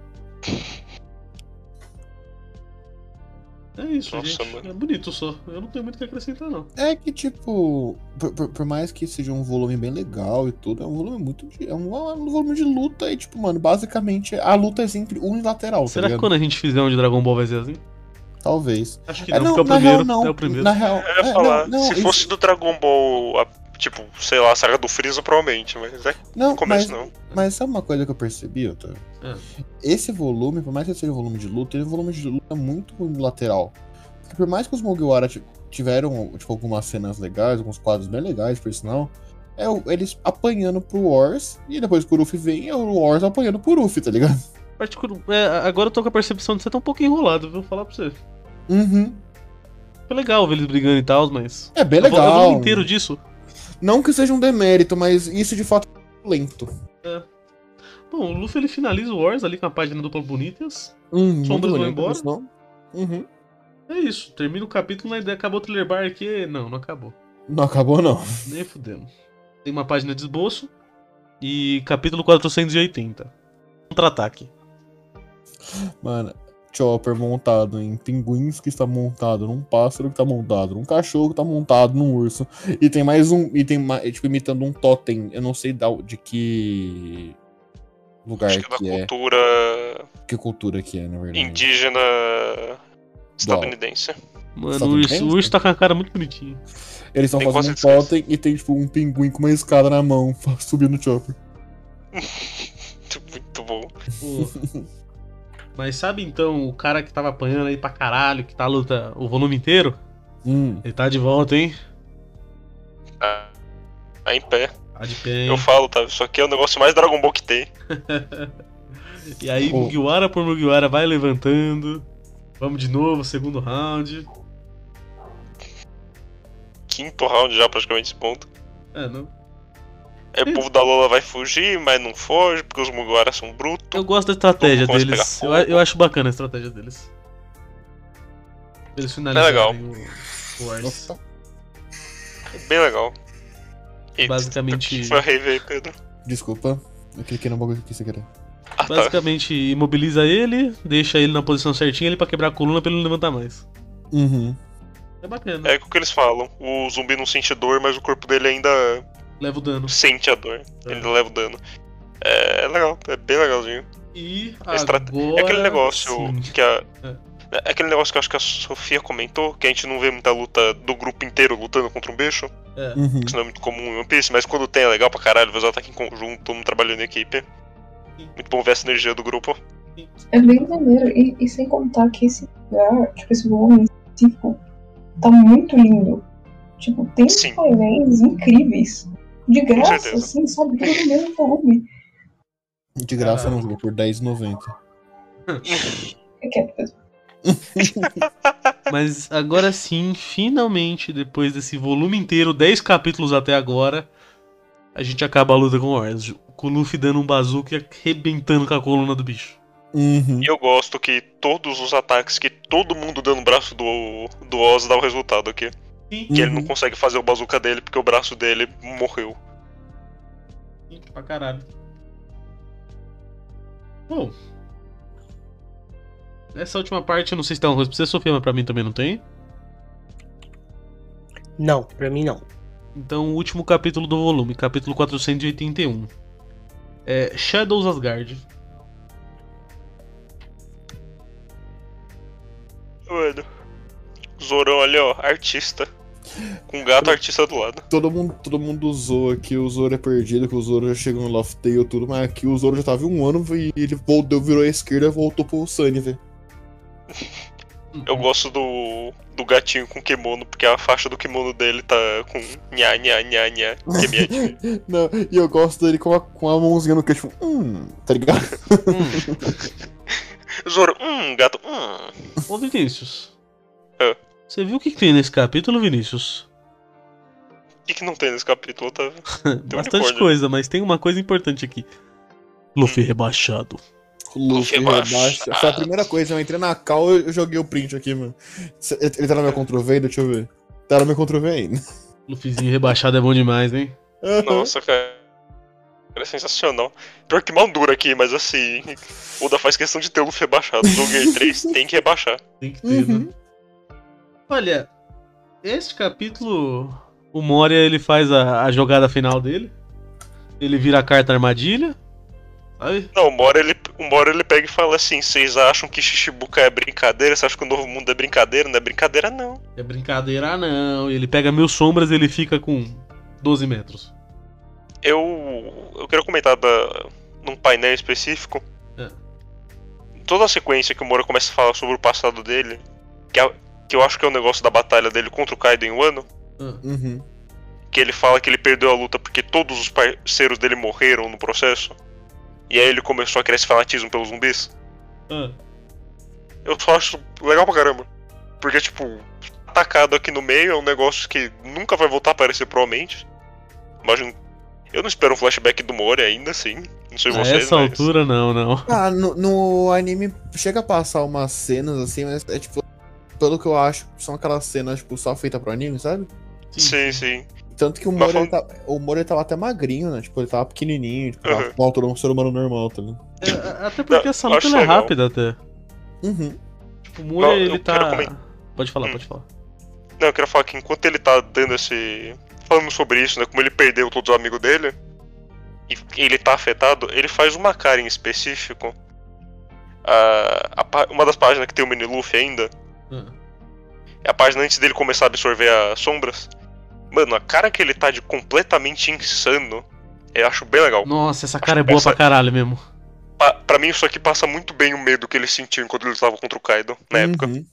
Speaker 2: É isso,
Speaker 4: Nossa,
Speaker 2: gente.
Speaker 4: mano.
Speaker 2: É bonito só. Eu não tenho muito o que acrescentar, não.
Speaker 7: É que, tipo, por, por- por mais que seja um volume bem legal e tudo, é um volume muito de. É um, é um volume de luta e, tipo, mano, basicamente a luta é sempre unilateral. tá
Speaker 2: Será que
Speaker 7: ligado?
Speaker 2: quando a gente fizer um de Dragon Ball vai ser assim?
Speaker 7: Talvez.
Speaker 2: Acho que
Speaker 7: É,
Speaker 2: não,
Speaker 7: não,
Speaker 2: porque é o
Speaker 7: na
Speaker 2: primeiro.
Speaker 7: real, não.
Speaker 2: É o primeiro.
Speaker 7: Na real.
Speaker 4: Eu ia
Speaker 7: é,
Speaker 4: falar,
Speaker 7: não, não,
Speaker 4: se
Speaker 7: isso-
Speaker 4: fosse do Dragon Ball, a- tipo, sei lá, a saga do Freeza, provavelmente, mas é que
Speaker 7: Não,
Speaker 4: no começo
Speaker 7: mas,
Speaker 4: não.
Speaker 7: mas sabe uma coisa que eu percebi, Otávio?
Speaker 2: Ah.
Speaker 7: Esse volume, por mais que seja um volume de luta, ele é um volume de luta muito unilateral. Porque por mais que os Mugiwara ti- tiveram, tipo, algumas cenas legais, alguns quadros bem legais, por sinal, é o- eles apanhando pro Wars, e depois que o Ruffy vem, é o Wars apanhando pro Ruffy, tá ligado?
Speaker 2: Particular- é, agora eu tô com a percepção de você tá um pouco enrolado, viu? Vou falar pra você.
Speaker 7: Uhum.
Speaker 2: Foi legal ver eles brigando e tal, mas.
Speaker 7: É bem
Speaker 2: Eu vou- eu vou o
Speaker 7: legal.
Speaker 2: volume inteiro disso.
Speaker 7: Não que seja um demérito, mas isso de fato é lento.
Speaker 2: Bom, o Luffy ele finaliza o Wars ali com a página dupla bonitas.
Speaker 7: Hum,
Speaker 2: Sombras
Speaker 7: muito
Speaker 2: vão
Speaker 7: lento,
Speaker 2: embora?
Speaker 7: por sinal. Uhum.
Speaker 2: É isso, termina o capítulo na ideia. Acabou o thriller bar aqui. Não, não acabou.
Speaker 7: Não acabou, não.
Speaker 2: Nem fudemos. Tem uma página de esboço. E capítulo 480. Contra-ataque.
Speaker 7: Mano, Chopper montado em pinguins que está montado num pássaro que está montado num cachorro que está montado num urso. E tem mais um, e tem mais, tipo, imitando um totem. Eu não sei da- de que lugar
Speaker 4: Acho que é da
Speaker 7: que é,
Speaker 4: cultura
Speaker 7: que cultura que é, na verdade.
Speaker 4: indígena estadunidense.
Speaker 2: Mano,
Speaker 7: Só
Speaker 2: o
Speaker 7: tem
Speaker 2: urso,
Speaker 7: três,
Speaker 2: o urso
Speaker 7: né?
Speaker 2: tá com a cara muito bonitinha.
Speaker 7: Eles estão
Speaker 4: Tem
Speaker 7: fazendo um
Speaker 4: quase descanso.
Speaker 7: totem e tem, tipo, um pinguim com uma escada na mão subindo o Chopper.
Speaker 4: Muito bom.
Speaker 2: Pô. Mas sabe então o cara que tava apanhando aí pra caralho, que tá a luta o volume inteiro?
Speaker 7: Hum,
Speaker 2: Ele tá de volta, hein?
Speaker 4: Tá, tá em pé.
Speaker 2: Tá de pé, hein?
Speaker 4: Eu falo, tá? Isso aqui é o negócio mais Dragon Ball que tem.
Speaker 2: E aí,
Speaker 7: Ô.
Speaker 2: Mugiwara por Mugiwara vai levantando. Vamos de novo, segundo round.
Speaker 4: Quinto round já, praticamente, esse ponto.
Speaker 2: É, não.
Speaker 4: É, o povo da Lola vai fugir, mas não foge, porque os Mugiwara são brutos.
Speaker 2: Eu gosto da estratégia
Speaker 4: Vamos pegar
Speaker 2: deles. Eu,
Speaker 4: fogo.
Speaker 2: a- eu acho bacana a estratégia deles. Eles
Speaker 4: É legal.
Speaker 2: finalizarem o Wars.
Speaker 7: nossa,
Speaker 4: É Bem legal. E-
Speaker 2: Basicamente-
Speaker 4: Foi a rave aí, Pedro.
Speaker 7: desculpa. Eu cliquei no bagulho aqui sem querer.
Speaker 4: Ah, tá.
Speaker 2: Basicamente, imobiliza ele, deixa ele na posição certinha ali pra quebrar a coluna pra ele não levantar mais.
Speaker 7: Uhum.
Speaker 2: É bacana.
Speaker 4: É o que eles falam. O zumbi não sente dor, mas o corpo dele ainda
Speaker 2: Leva o dano.
Speaker 4: sente a dor. Ele leva o dano. É legal, é bem legalzinho.
Speaker 2: E
Speaker 4: É
Speaker 2: agora,
Speaker 4: estrate- é aquele negócio
Speaker 2: sim.
Speaker 4: que a. É aquele negócio que eu acho que a Sofia comentou, que a gente não vê muita luta do grupo inteiro lutando contra um bicho, que
Speaker 7: Uhum.
Speaker 4: isso não é muito comum em One Piece, mas quando tem é legal pra caralho, ver os ataques em conjunto, todo mundo trabalhando em equipe. Muito bom ver essa energia do grupo.
Speaker 3: É bem maneiro. E, e sem contar que esse lugar, tipo, esse volume em específico, tá muito lindo. Tipo, tem uns
Speaker 4: Sim.
Speaker 3: painéis incríveis. De graça,
Speaker 4: certeza.
Speaker 3: assim, sabe? Tudo no mesmo volume.
Speaker 7: De graça eu
Speaker 2: Ah.
Speaker 7: não jogo por R$10,90.
Speaker 3: É que é-
Speaker 2: Mas agora sim, finalmente, depois desse volume inteiro, 10 capítulos até agora, a gente acaba a luta com o Orange. Com o Luffy dando um bazuca e arrebentando com a coluna do bicho.
Speaker 7: Uhum.
Speaker 4: E eu gosto que todos os ataques que todo mundo dando no braço do, do Oz dá o resultado aqui.
Speaker 2: Sim,
Speaker 4: Que ele não
Speaker 7: Uhum.
Speaker 4: consegue fazer o bazooka dele porque o braço dele morreu.
Speaker 2: sim, pra caralho. Bom. tá um Essa última parte, eu não sei se tem alguma coisa pra você, Sofia, mas pra mim também não tem.
Speaker 5: Não, pra mim não.
Speaker 2: Então, o último capítulo do volume, capítulo 481. É Shadows Asgard.
Speaker 4: Mano. Zorão ali, ó, artista. Com um gato artista do lado.
Speaker 7: Todo mundo, todo mundo usou aqui, o Zoro é perdido, que o Zoro já chegou no Loft Tale e tudo, mas aqui o Zoro já tava um ano e ele voltou, virou à esquerda e voltou pro Sunny, velho.
Speaker 4: Eu gosto do, do gatinho com kimono, porque a faixa do kimono dele tá com nha, nha, nha, nha, que é minha tia.
Speaker 7: Não, E eu gosto dele com a, com a mãozinha no queixo, tipo, hum, tá ligado?
Speaker 2: Hum.
Speaker 4: Zoro, hum, gato, hum.
Speaker 2: Ô, Vinícius.
Speaker 4: É.
Speaker 2: Você viu o que que tem nesse capítulo, Vinícius?
Speaker 4: O que, que não tem nesse capítulo, tá?
Speaker 2: Bastante
Speaker 4: unicórnio.
Speaker 2: coisa, mas tem uma coisa importante aqui.
Speaker 4: Hum.
Speaker 2: Luffy rebaixado.
Speaker 7: O
Speaker 4: Luffy
Speaker 7: Luffy é rebaixa.
Speaker 4: baixado.
Speaker 7: Foi a primeira coisa, eu entrei na cal e eu joguei o print aqui, mano. Se- Ele ele tá no meu Ctrl V, deixa eu ver. Tá no meu Ctrl V ainda.
Speaker 2: Luffyzinho rebaixado é bom demais, hein?
Speaker 4: Nossa, cara. Era sensacional. Pior que mal dura aqui, mas assim. Oda faz questão de ter o Luffy rebaixado. Joguei 3 tem que rebaixar.
Speaker 2: Tem que ter, né? Olha, este capítulo, o Moria ele faz a, a jogada final dele. Ele vira a carta armadilha. Sabe?
Speaker 4: Não, uma hora ele, uma hora ele pega e fala assim: vocês acham que Shichibuka é brincadeira? Vocês acham que o novo mundo é brincadeira? Não é brincadeira, não.
Speaker 2: É brincadeira, ah, não. Ele pega mil sombras e ele fica com 12 metros.
Speaker 4: Eu. Eu quero comentar da, num painel específico.
Speaker 2: É.
Speaker 4: Toda a sequência que o Moro começa a falar sobre o passado dele, que, a- que eu acho que é o negócio da batalha dele contra o Kaido em um Wano,
Speaker 2: Ah,
Speaker 7: Uhum.
Speaker 4: que ele fala que ele perdeu a luta porque todos os parceiros dele morreram no processo. E aí ele começou a criar esse fanatismo pelos zumbis.
Speaker 2: ah.
Speaker 4: Eu só acho legal pra caramba. Porque, tipo, atacado aqui no meio é um negócio que nunca vai voltar a aparecer, provavelmente. Imagino. Eu não espero um flashback do Mori ainda, assim. Não sei
Speaker 2: A
Speaker 4: vocês,
Speaker 2: essa
Speaker 4: mas-
Speaker 2: altura, não, não.
Speaker 7: Ah, no, no anime chega a passar umas cenas assim, mas é tipo. Pelo que eu acho, são aquelas cenas, tipo, só feitas pro anime, sabe?
Speaker 4: Sim, sim.
Speaker 7: Tanto que o
Speaker 4: Mas
Speaker 7: Moro, ele
Speaker 4: falando-
Speaker 7: tá, o Moro ele tava até magrinho, né? Tipo, ele tava pequenininho, tipo, tava
Speaker 4: Uhum.
Speaker 7: com a altura de um ser humano normal, tá ligado?
Speaker 2: É, a- até porque
Speaker 4: Não,
Speaker 2: essa luta
Speaker 4: acho
Speaker 2: ela é
Speaker 4: legal.
Speaker 2: rápida até.
Speaker 7: Uhum.
Speaker 2: Tipo, o Moria
Speaker 4: Não, eu
Speaker 2: ele
Speaker 4: quero
Speaker 2: tá.
Speaker 4: comentar.
Speaker 2: Pode falar,
Speaker 4: Hum.
Speaker 2: pode falar.
Speaker 4: Não, eu quero falar que enquanto ele tá dando esse. falando sobre isso, né? Como ele perdeu todos os amigos dele. E ele tá afetado, ele faz uma cara em específico. A, a pá- uma das páginas que tem o mini Luffy ainda.
Speaker 2: Ah.
Speaker 4: É a página antes dele começar a absorver as sombras. Mano, a cara que ele tá de completamente insano. Eu acho bem legal.
Speaker 2: Nossa, essa
Speaker 4: Acho
Speaker 2: cara é
Speaker 4: que
Speaker 2: boa
Speaker 4: essa-
Speaker 2: pra caralho mesmo.
Speaker 4: Pa pra mim, isso aqui passa muito bem o medo que ele sentiu enquanto ele lutava contra o Kaido na época.
Speaker 7: Uhum.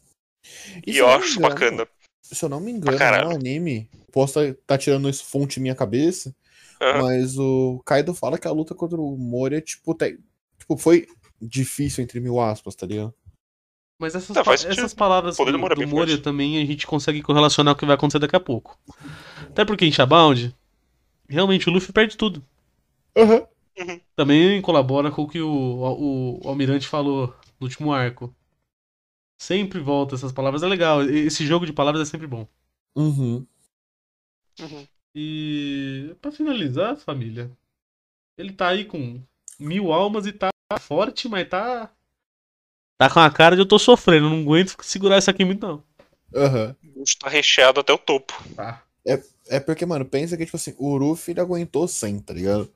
Speaker 7: é E
Speaker 4: E
Speaker 7: se
Speaker 4: eu
Speaker 7: não me
Speaker 4: acho isso
Speaker 7: engano,
Speaker 4: bacana.
Speaker 7: Se eu não me
Speaker 4: Pra
Speaker 7: engano,
Speaker 4: caralho.
Speaker 7: no anime, posso estar tirando isso fonte minha cabeça,
Speaker 4: Aham.
Speaker 7: mas o Kaido fala que a luta contra o Moria, tipo, te- tipo, foi difícil entre mil aspas, tá ligado?
Speaker 2: Mas essas,
Speaker 4: Tá,
Speaker 2: pa-
Speaker 4: faz sentido.
Speaker 2: essas palavras do,
Speaker 4: Poder demora
Speaker 2: do
Speaker 4: bem
Speaker 2: Moria
Speaker 4: forte.
Speaker 2: também a gente consegue correlacionar o que vai acontecer daqui a pouco. Até porque em Shabound, realmente o Luffy perde tudo.
Speaker 7: Aham.
Speaker 4: Uhum.
Speaker 2: Também colabora com o que o, o- o Almirante falou no último arco. Sempre volta essas palavras, é legal. e- Esse jogo de palavras é sempre bom.
Speaker 7: Uhum.
Speaker 2: E pra finalizar, família, ele tá aí com mil almas e tá forte, mas tá. Tá com a cara de eu tô sofrendo, não aguento segurar isso aqui muito, não.
Speaker 7: Aham.
Speaker 4: O bicho tá recheado até o topo.
Speaker 2: Tá.
Speaker 7: É porque, mano, pensa que, tipo assim, o Ruffy ele aguentou 100, tá ligado?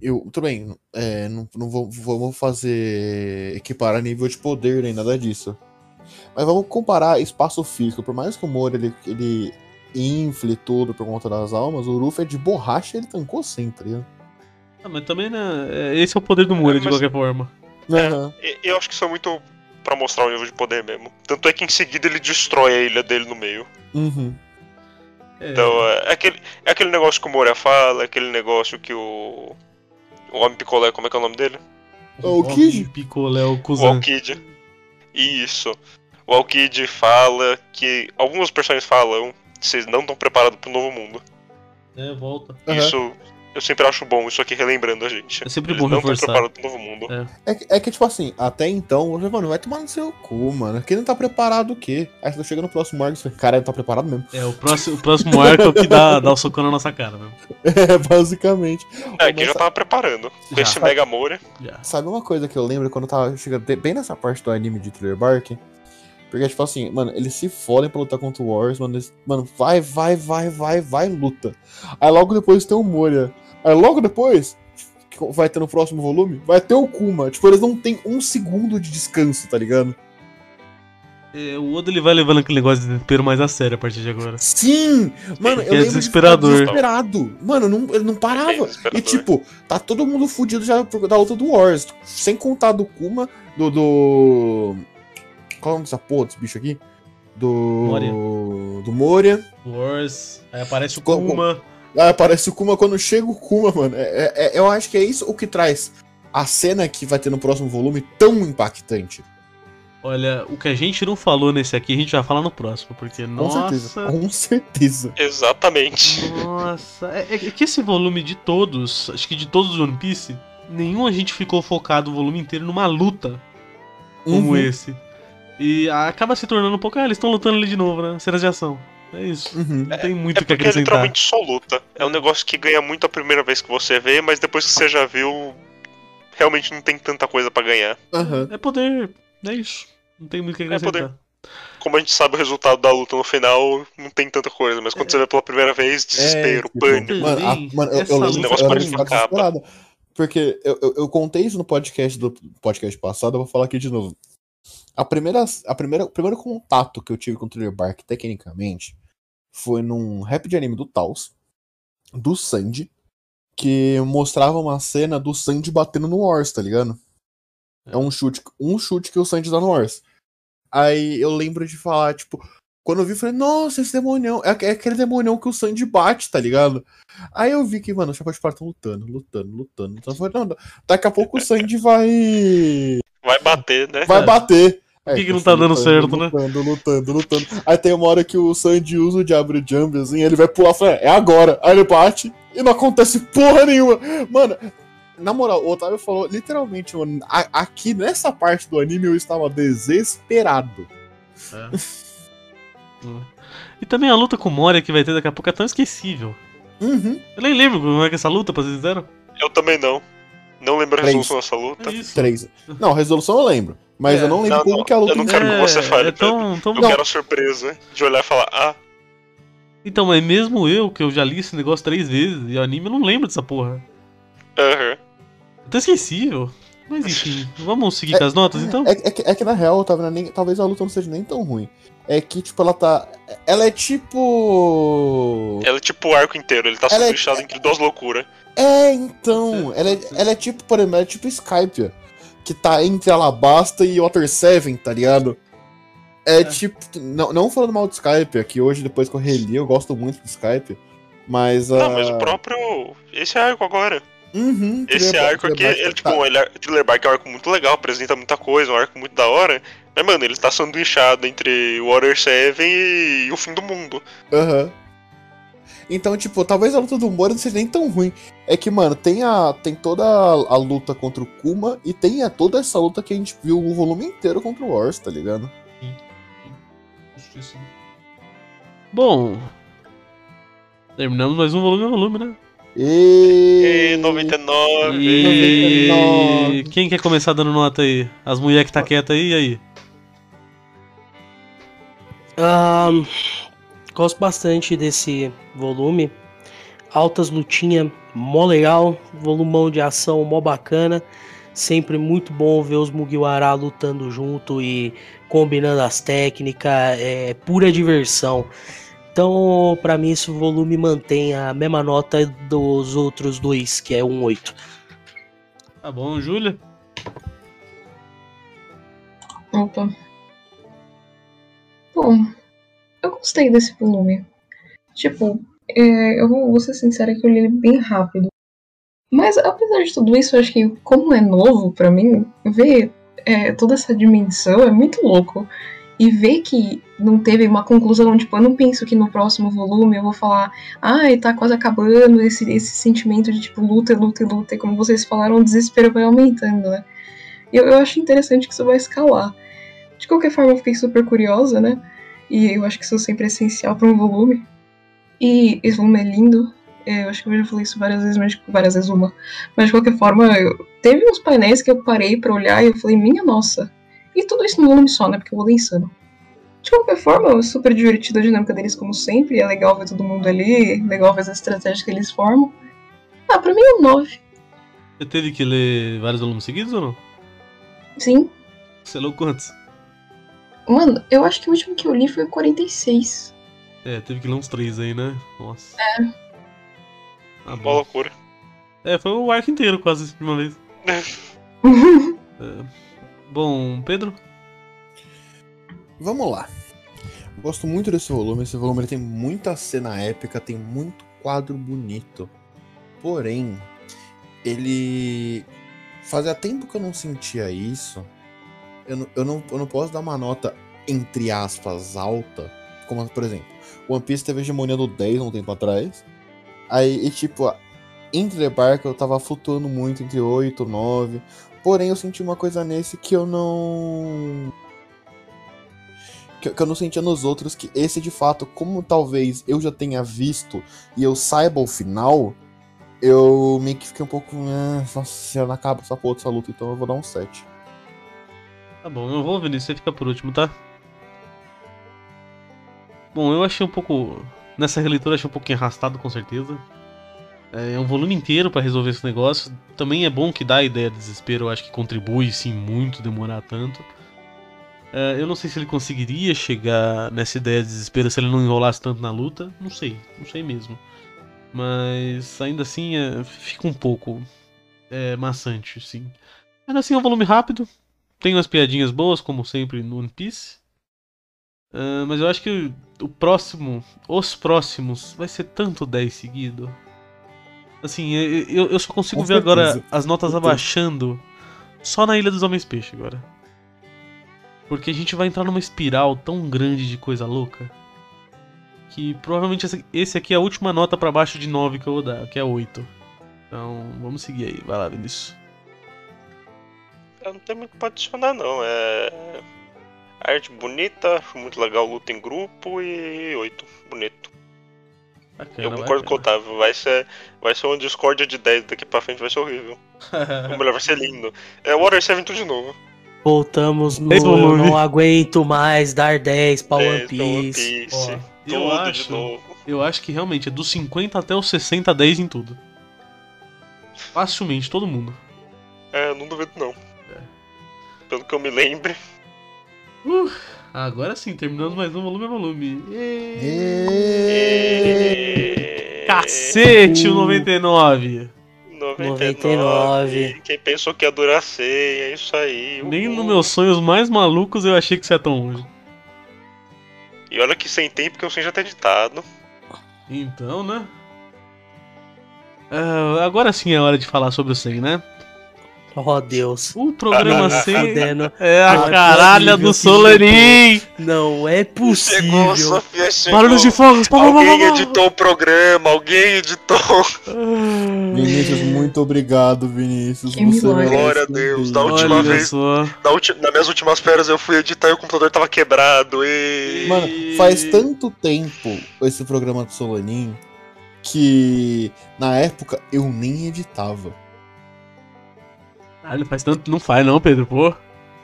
Speaker 7: Eu, tudo bem, é, não, não vou- vamos fazer equiparar nível de poder nem nada disso. Mas vamos comparar espaço físico. Por mais que o Moro ele, ele infle tudo por conta das almas, o Ruffy é de borracha e ele tancou 100, tá ligado?
Speaker 2: Ah, mas também, né? é- Esse é o poder do Moura,
Speaker 4: É,
Speaker 2: de
Speaker 4: mas-
Speaker 2: qualquer forma.
Speaker 7: Aham.
Speaker 4: E- Eu acho que isso é muito pra mostrar o nível de poder mesmo. Tanto é que em seguida ele destrói a ilha dele no meio.
Speaker 7: Uhum.
Speaker 2: É,
Speaker 4: Então é, é aquele, é aquele negócio que o Moria fala, é aquele negócio que o. O Homem Picolé, como é que é o nome dele?
Speaker 7: o
Speaker 2: Robin
Speaker 7: Kid?
Speaker 2: Picolé, o
Speaker 4: O
Speaker 2: Kuzan.
Speaker 4: Alkid. Isso. O Alkid fala que. Algumas personagens falam que vocês não estão preparados pro novo mundo.
Speaker 2: É, volta.
Speaker 7: Aham.
Speaker 4: Isso eu sempre acho bom, isso aqui relembrando a gente.
Speaker 2: É sempre
Speaker 4: Eles
Speaker 2: bom
Speaker 4: não tá estão
Speaker 2: reforçar.
Speaker 4: preparados pro novo mundo.
Speaker 7: É, que- é que, tipo assim, até então, você, mano, vai tomar no seu cu, mano. Quem não tá preparado o quê? Aí você chega no próximo arco e você, cara, ele tá preparado mesmo.
Speaker 2: É, o próximo, o próximo arco é o que dá, dá o socão na nossa cara mesmo.
Speaker 7: É, basicamente.
Speaker 4: É, que já tava preparando. Com
Speaker 2: Já.
Speaker 4: esse Mega Moria.
Speaker 2: Já.
Speaker 7: Sabe uma coisa que eu lembro quando eu tava chegando bem nessa parte do anime de Thriller Bark? Porque, tipo assim, mano, eles se fodem pra lutar contra o Warriors, mano. eles- mano, vai, vai, vai, vai, vai, luta. Aí logo depois tem o Moria. Aí logo depois, que vai ter no próximo volume, vai ter o Kuma. Tipo, eles não tem um segundo de descanso, tá ligado?
Speaker 2: É, o Oda ele vai levando aquele negócio de desespero mais a sério a partir de agora.
Speaker 7: Sim! Mano, eu
Speaker 2: É
Speaker 7: lembro
Speaker 2: desesperador.
Speaker 7: de ficar desesperado. Mano, não, ele não
Speaker 4: É
Speaker 7: parava.
Speaker 4: desesperador.
Speaker 7: E tipo, tá todo mundo fudido já por- da luta do Wars. Sem contar do Kuma, do. do... Qual é o nome dessa porra desse bicho aqui? Do.
Speaker 2: Moria.
Speaker 7: Do Moria.
Speaker 2: Wars, aí aparece o
Speaker 7: Como-
Speaker 2: Kuma.
Speaker 7: Ah, aparece o Kuma quando chega o Kuma, mano. É- é- é- eu acho que é isso o que traz a cena que vai ter no próximo volume tão impactante.
Speaker 2: Olha, o que a gente não falou nesse aqui, a gente vai falar no próximo, porque
Speaker 7: Com
Speaker 2: nossa.
Speaker 7: certeza. Com certeza.
Speaker 4: Exatamente.
Speaker 2: Nossa, é, é que esse volume de todos, acho que de todos os One Piece, nenhum a gente ficou focado o volume inteiro numa luta como
Speaker 7: Uhum.
Speaker 2: esse. E acaba se tornando um pouco, ah, eles estão lutando ali de novo, né? Cenas de ação. É isso.
Speaker 7: Uhum.
Speaker 2: Não tem muito
Speaker 4: É
Speaker 2: o que
Speaker 4: porque é
Speaker 2: acrescentar.
Speaker 4: literalmente só luta. É um negócio que ganha muito a primeira vez que você vê, mas depois que você já viu, realmente não tem tanta coisa pra ganhar.
Speaker 7: Aham.
Speaker 2: É poder, é isso. Não tem muito o que
Speaker 4: É poder.
Speaker 2: acrescentar.
Speaker 4: Como a gente sabe o resultado da luta no final, não tem tanta coisa, mas
Speaker 7: É.
Speaker 4: quando você vê pela primeira vez, desespero,
Speaker 7: tipo,
Speaker 4: pânico.
Speaker 7: Mano, a-
Speaker 2: Também,
Speaker 7: mano, eu,
Speaker 2: essa
Speaker 7: eu lembro
Speaker 4: luta-
Speaker 7: eu
Speaker 4: Negócio
Speaker 7: lembro
Speaker 4: parece
Speaker 7: de
Speaker 4: que
Speaker 7: ficar
Speaker 4: acaba.
Speaker 7: desesperado. Porque eu, eu, eu contei isso no podcast do podcast passado, eu vou falar aqui de novo. A primeira, a primeira, o primeiro contato que eu tive com o Thriller Bark, tecnicamente, foi num rap de anime do Taos, do Sandy, que mostrava uma cena do Sandy batendo no Ors, tá ligado? É um chute, um chute que o Sandy dá no Ors. Aí eu lembro de falar, tipo, quando eu vi, eu falei, nossa, esse demonião, é, é aquele demonião que o Sandy bate, tá ligado? Aí eu vi que, mano, os chapéus de palha estão lutando, lutando, lutando. Então eu falei, não, não, daqui a pouco o Sandy vai.
Speaker 4: Vai bater, né?
Speaker 7: vai
Speaker 2: É.
Speaker 7: bater.
Speaker 2: Por que que não tá dando certo, né?
Speaker 7: Lutando, lutando, lutando. Aí tem uma hora que o Sandy usa o Diablo Jump, assim, ele vai pular, fala, é agora. Aí ele bate e não acontece porra nenhuma. Mano, na moral, o Otávio falou, literalmente, mano, a- aqui nessa parte do anime eu estava desesperado.
Speaker 2: E também a luta com o Moria que vai ter daqui a pouco é tão esquecível.
Speaker 7: Uhum.
Speaker 2: Eu nem lembro como é que é essa luta, pra ser sincero.
Speaker 4: Eu também não. Não lembro a
Speaker 7: Três.
Speaker 4: resolução dessa luta.
Speaker 2: É isso.
Speaker 7: Três. Não, resolução eu lembro. Mas
Speaker 2: É.
Speaker 7: eu não lembro
Speaker 4: Não,
Speaker 7: como
Speaker 4: não,
Speaker 7: que a luta
Speaker 4: eu não
Speaker 7: em
Speaker 4: quero que você fale,
Speaker 2: é tão, tão
Speaker 4: Eu quero a surpresa de olhar e falar, ah,
Speaker 2: Então, mas mesmo eu, que eu já li esse negócio três vezes, e o anime eu não lembro dessa porra.
Speaker 4: aham.
Speaker 2: Eu tô esquecível. Mas enfim, vamos seguir com as notas então?
Speaker 7: É, é que, é que na real, tá vendo? Nem, talvez a luta não seja nem tão ruim. É que, tipo, ela tá. Ela é tipo.
Speaker 4: Ela é tipo o arco inteiro, ele tá
Speaker 7: Ela é-
Speaker 4: sanduichado entre duas loucuras.
Speaker 7: É, então. Ela é, ela é tipo, por exemplo, ela é tipo Skype, que tá entre Alabasta e Water Seven, tá ligado? É, tipo. Não, não falando mal de Skype, é que hoje, depois que eu reli, eu gosto muito de Skype. Mas.
Speaker 4: Não,
Speaker 7: ah,
Speaker 4: mas o próprio. Esse arco agora.
Speaker 7: uhum,
Speaker 4: Esse
Speaker 7: Thriller-
Speaker 4: arco aqui,
Speaker 7: Thriller Bark
Speaker 4: ele,
Speaker 7: tá-
Speaker 4: tipo, ele, Thriller Bark é um arco muito legal, apresenta muita coisa, um arco muito da hora. Mas, mano, ele tá sanduichado entre Water Seven e o fim do mundo.
Speaker 7: Aham. Então, tipo, talvez a luta do Moro não seja nem tão ruim. É que, mano, tem, a, tem toda a, a luta contra o Kuma e tem a, toda essa luta que a gente viu o volume inteiro contra o Ors, tá ligado?
Speaker 2: Bom. Terminamos mais um volume a volume, né?
Speaker 7: E...
Speaker 4: E 99.
Speaker 2: E... Quem quer começar dando nota aí? As mulheres que tá quieta aí, e aí?
Speaker 5: Ahn, gosto bastante desse volume. Altas lutinhas, mó legal. Volumão de ação, mó bacana. Sempre muito bom ver os Mugiwara lutando junto e combinando as técnicas. É pura diversão. Então, pra mim, esse volume mantém a mesma nota dos outros dois, que é um 8.
Speaker 2: Tá bom, Júlia?
Speaker 3: Opa. Ah, tá. Bom, eu gostei desse volume. Tipo, é, eu vou, vou ser sincera que eu li ele bem rápido. Mas apesar de tudo isso, eu acho que como é novo pra mim, ver é, toda essa dimensão é muito louco. E ver que não teve uma conclusão, tipo, eu não penso que no próximo volume eu vou falar, ai, tá quase acabando esse, esse sentimento de tipo luta, luta, luta, e como vocês falaram, o desespero vai aumentando, né? E eu, eu acho interessante que isso vai escalar. De qualquer forma, eu fiquei super curiosa, né? E eu acho que isso é sempre essencial para um volume. E esse volume é lindo. É, Eu acho que eu já falei isso várias vezes, mas várias vezes uma. Mas de qualquer forma, eu- teve uns painéis que eu parei para olhar e eu falei, minha nossa. E tudo isso num volume só, né? Porque o volume é insano. De qualquer forma, é super divertido a dinâmica deles, como sempre. É legal ver todo mundo ali, legal ver as estratégias que eles formam. Ah, pra mim é um 9.
Speaker 2: Você teve que ler vários volumes seguidos ou não?
Speaker 3: Sim.
Speaker 2: Você leu quantos?
Speaker 3: Mano, eu acho que o último que eu li foi o 46.
Speaker 2: É, teve que ler uns três aí, né? Nossa.
Speaker 3: É.
Speaker 2: Tá
Speaker 4: Uma
Speaker 2: bom.
Speaker 4: loucura.
Speaker 2: É, foi o arco inteiro quase de uma vez. É. Bom, Pedro?
Speaker 7: Vamos lá. Gosto muito desse volume. Esse volume ele tem muita cena épica, tem muito quadro bonito. Porém, ele. Fazia tempo que eu não sentia isso. Eu não, eu não, eu não posso dar uma nota, entre aspas, alta. Como, por exemplo, One Piece teve a hegemonia do 10 há um tempo atrás. Aí, e tipo, a- entre The Bark eu tava flutuando muito entre 8 e 9. Porém, eu senti uma coisa nesse que eu não que, que eu não sentia nos outros, que esse de fato, como talvez eu já tenha visto e eu saiba o final, eu meio que fiquei um pouco. "Ah, Nossa senhora, não acaba essa porra dessa luta, então eu vou dar um 7.
Speaker 2: Tá bom, eu vou, Vinícius, você fica por último, tá? Bom, eu achei um pouco. Nessa releitura eu achei um pouquinho arrastado, com certeza. É é um volume inteiro pra resolver esse negócio. Também é bom que dá a ideia de desespero, eu acho que contribui sim muito demorar tanto. É, eu não sei se ele conseguiria chegar nessa ideia de desespero se ele não enrolasse tanto na luta. Não sei, não sei mesmo. Mas ainda assim é, fica um pouco é, maçante, sim. Ainda assim é um volume rápido, tem umas piadinhas boas, como sempre, no One Piece. Ah, mas eu acho que o próximo, os próximos, vai ser tanto 10 seguido. Assim, eu, eu- eu só consigo
Speaker 7: Com
Speaker 2: ver agora
Speaker 7: certeza.
Speaker 2: as notas
Speaker 7: Com certeza.
Speaker 2: abaixando só na Ilha dos Homens Peixe agora. Porque a gente vai entrar numa espiral tão grande de coisa louca que provavelmente esse- esse aqui é a última nota pra baixo de 9 que eu vou dar, que é 8. Então, vamos seguir aí. Vai lá, Vinícius.
Speaker 4: Eu não tenho muito pra adicionar, não. É. Arte bonita, acho muito legal luta em grupo e oito. Bonito.
Speaker 2: Bacana,
Speaker 4: eu concordo com o
Speaker 2: bacana.
Speaker 4: Otávio. Vai ser, vai ser uma discórdia de 10 daqui pra frente, vai ser horrível. Ou melhor, vai ser lindo. É Water 7 tudo de novo.
Speaker 5: Voltamos no
Speaker 2: Esse
Speaker 5: Eu
Speaker 2: volume.
Speaker 5: Não Aguento Mais Dar 10 pra One
Speaker 4: então One
Speaker 5: Piece.
Speaker 4: Piece.
Speaker 2: Ó, eu,
Speaker 4: Tudo de
Speaker 2: acho,
Speaker 4: novo.
Speaker 2: eu acho que realmente é dos 50 até os 60, 10 em tudo. Facilmente, todo mundo.
Speaker 4: É, não duvido não.
Speaker 2: É.
Speaker 4: Pelo que eu me lembro.
Speaker 2: Uh, agora sim, terminamos mais um volume a volume. Êêê. Cacete, o 99!
Speaker 5: 99.
Speaker 4: Quem pensou que ia durar 100, é isso aí.
Speaker 2: Nem
Speaker 4: Uhul.
Speaker 2: nos meus sonhos mais malucos eu achei que você é tão longe.
Speaker 4: E olha que sem tempo, porque eu sei já tá editado.
Speaker 2: Então, né? Ah, agora sim é hora de falar sobre o 100, né?
Speaker 5: Oh, Deus.
Speaker 2: O
Speaker 4: Ah,
Speaker 2: programa 100
Speaker 5: Fudendo.
Speaker 2: é a
Speaker 5: Não é
Speaker 2: caralha
Speaker 5: possível
Speaker 2: do
Speaker 5: que
Speaker 2: Solarin!
Speaker 5: Não é
Speaker 4: Chegou,
Speaker 5: possível.
Speaker 4: Sofia, chegou.
Speaker 2: Barulhos de fogos! pá, pá, pá, pá,
Speaker 4: Alguém
Speaker 2: pá.
Speaker 4: editou o programa, alguém editou.
Speaker 2: Ah.
Speaker 7: Vinícius, muito obrigado, Vinícius.
Speaker 3: Que
Speaker 7: Você
Speaker 3: milagre.
Speaker 7: merece
Speaker 4: Glória a
Speaker 7: um
Speaker 4: Deus,
Speaker 7: beijo.
Speaker 4: da última
Speaker 2: Olha
Speaker 4: vez.
Speaker 2: só.
Speaker 4: Na ulti- Nas minhas últimas férias eu fui editar e o computador tava quebrado. E.
Speaker 7: Mano, faz tanto tempo esse programa do Solanin que na época eu nem editava.
Speaker 2: Caralho, faz tanto. Não faz não, Pedro, pô.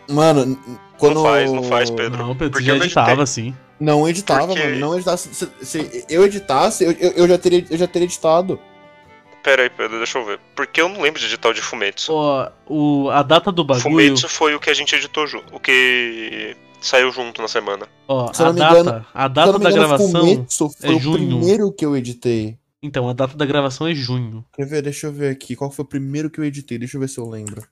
Speaker 7: Mano, n- quando.
Speaker 4: Não faz, não faz, Pedro.
Speaker 2: Não, Pedro, você
Speaker 4: porque
Speaker 2: já
Speaker 4: eu não
Speaker 2: editava, sim.
Speaker 7: Não editava,
Speaker 4: Porque-
Speaker 7: mano. Não editava. Se, se- se eu editasse, eu, eu, eu já teria, eu já teria editado.
Speaker 4: Pera aí, Pedro, deixa eu ver. Porque eu não lembro de editar o de Fumetsu.
Speaker 2: Ó, o, a data do bagulho.
Speaker 4: Fumetsu foi o que a gente editou junto. O que saiu junto na semana.
Speaker 2: Ó,
Speaker 7: Se eu
Speaker 2: a
Speaker 7: não me engano-
Speaker 2: data, a
Speaker 7: Se eu
Speaker 2: data
Speaker 7: não me
Speaker 2: da
Speaker 7: engano,
Speaker 2: gravação.
Speaker 7: Fumetsu
Speaker 2: é
Speaker 7: foi o
Speaker 2: junho.
Speaker 7: primeiro que eu editei.
Speaker 2: Então, a data da gravação é junho.
Speaker 7: Quer ver? Deixa eu ver aqui. Qual foi o primeiro que eu editei? Deixa eu ver se eu lembro.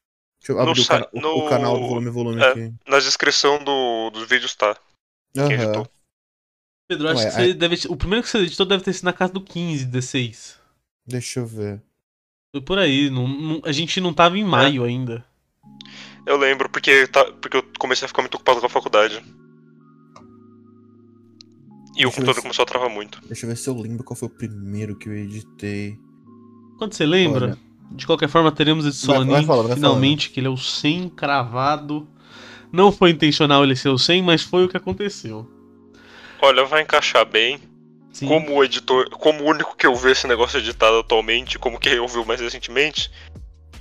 Speaker 7: Deixa eu
Speaker 4: No
Speaker 7: abrir o,
Speaker 4: sa-
Speaker 7: cana- o-
Speaker 4: no-
Speaker 7: o canal do volume volume
Speaker 4: É,
Speaker 7: aqui.
Speaker 4: Na descrição do, dos vídeos tá. Quem
Speaker 7: Aham.
Speaker 4: editou?
Speaker 2: Pedro, eu acho
Speaker 7: Ué,
Speaker 2: que você deve. O primeiro que você editou deve ter sido na casa do 15, 16.
Speaker 7: Deixa eu ver.
Speaker 2: Foi por aí. não- não- a gente não tava em maio ainda.
Speaker 4: Eu lembro, porque, tá, porque eu comecei a ficar muito ocupado com a faculdade. E
Speaker 7: Deixa eu
Speaker 4: o
Speaker 7: ver
Speaker 4: computador
Speaker 7: se-
Speaker 4: começou a travar muito.
Speaker 7: Deixa eu ver se eu lembro qual foi o primeiro que eu editei.
Speaker 2: Quando você lembra?
Speaker 7: Olha.
Speaker 2: De qualquer forma, teremos esse
Speaker 7: Vai- vai
Speaker 2: Solanin
Speaker 7: falando, vai
Speaker 2: finalmente, que ele é o 100 cravado. Não foi intencional ele ser o 100, mas foi o que aconteceu.
Speaker 4: Olha, vai encaixar bem.
Speaker 2: Sim.
Speaker 4: Como o editor, como o único que eu vi esse negócio editado atualmente, como que eu vi mais recentemente,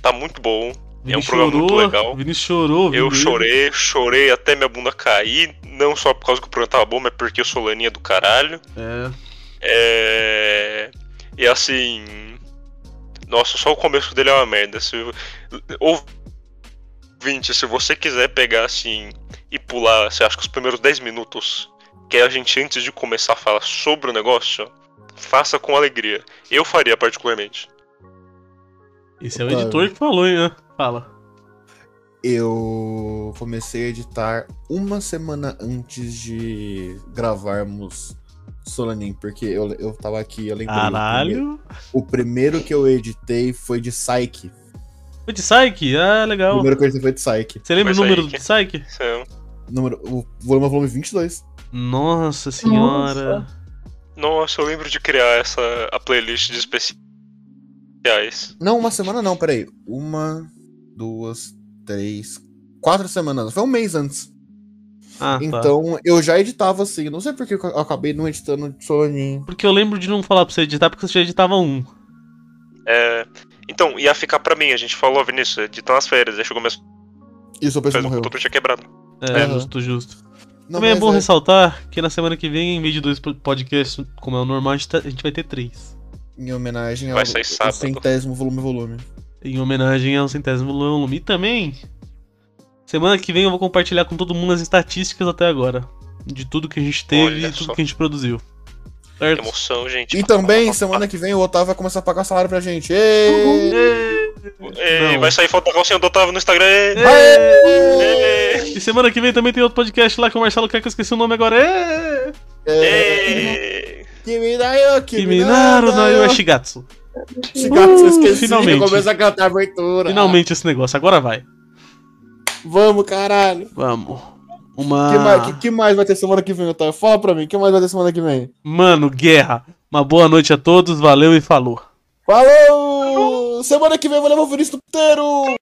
Speaker 4: tá muito bom. É um programa muito legal.
Speaker 2: Vini chorou. Vini
Speaker 4: Eu chorei, chorei até minha bunda cair. Não só por causa que o programa tava bom, mas porque eu sou laninha do caralho.
Speaker 2: É.
Speaker 4: É. E assim. Nossa, só o começo dele é uma merda. Se... Ouvinte, se você quiser pegar assim e pular, você acha que os primeiros 10 minutos que a gente, antes de começar a falar sobre o negócio, faça com alegria. Eu faria particularmente.
Speaker 2: Esse é o editor que falou, hein? né? Fala.
Speaker 7: Eu comecei a editar uma semana antes de gravarmos Solanin, porque eu, eu tava aqui, eu lembrei.
Speaker 2: Caralho.
Speaker 7: O primeiro que eu editei foi de Psyche.
Speaker 2: Foi de Psyche? Ah,
Speaker 7: O
Speaker 2: legal.
Speaker 7: primeiro que eu editei foi de Psyche.
Speaker 2: Você lembra
Speaker 4: Mas
Speaker 2: o número
Speaker 4: aí
Speaker 2: do
Speaker 4: que-
Speaker 2: Psyche?
Speaker 4: Então,
Speaker 7: Número, o volume é o volume 22.
Speaker 2: Nossa senhora.
Speaker 4: Nossa, eu lembro de criar essa a playlist de especiais.
Speaker 7: Não, uma semana não, peraí. Uma, duas, três, quatro semanas. Foi um mês antes.
Speaker 2: Ah, tá.
Speaker 7: Então eu já editava assim. Não sei porque eu acabei não editando Solanin.
Speaker 2: Porque eu lembro de não falar pra você editar, porque você já editava um.
Speaker 4: É, então, ia ficar pra mim, a gente falou, Vinícius, editar nas férias, aí chegou minhas
Speaker 7: Isso, a pessoa
Speaker 4: férias, o
Speaker 7: morreu.
Speaker 4: computador tinha quebrado.
Speaker 2: É,
Speaker 7: É.
Speaker 2: justo, justo.
Speaker 7: Não,
Speaker 2: Também é
Speaker 7: mas
Speaker 2: bom ressaltar que na semana que vem, em vez de dois po- podcasts, como é o normal, a gente, tá- a gente vai ter três.
Speaker 7: Em homenagem ao,
Speaker 4: Vai sair
Speaker 7: ao
Speaker 4: sábado.
Speaker 7: centésimo volume volume.
Speaker 2: Em homenagem ao centésimo volume. E também, semana que vem eu vou compartilhar com todo mundo as estatísticas até agora. De tudo que a gente teve
Speaker 4: Olha
Speaker 2: e tudo
Speaker 4: só.
Speaker 2: que a gente produziu. Certo?
Speaker 4: Emoção, gente.
Speaker 7: E também, semana que vem, o Otávio vai começar a pagar salário pra gente.
Speaker 2: Uhum.
Speaker 7: Ei!
Speaker 2: Ê,
Speaker 4: Ei,
Speaker 2: Não.
Speaker 4: é, vai sair foto da calcinha do Otávio no Instagram. é, ei!
Speaker 2: ê.
Speaker 4: Ei,
Speaker 2: E semana que vem também tem outro podcast lá que o Marcelo quer que eu esqueci o nome agora. É! Ê!
Speaker 7: É,
Speaker 4: ei.
Speaker 7: Kiminayo,
Speaker 2: Kiminaru no Yoshigatsu.
Speaker 7: Tá. Esse gato, eu esqueci,
Speaker 2: finalmente.
Speaker 7: Começa a cantar a abertura. Ah,
Speaker 2: Finalmente esse negócio, agora vai.
Speaker 7: Vamos, caralho.
Speaker 2: Vamos.
Speaker 7: Que, mais,
Speaker 2: Uma.
Speaker 7: que, que mais vai ter semana que vem, Otávio? Fala pra mim, que mais vai ter semana que vem?
Speaker 2: Mano, guerra. Uma boa noite a todos, valeu e falou.
Speaker 7: Falou! Semana que vem eu vou levar o Vinícius no puteiro!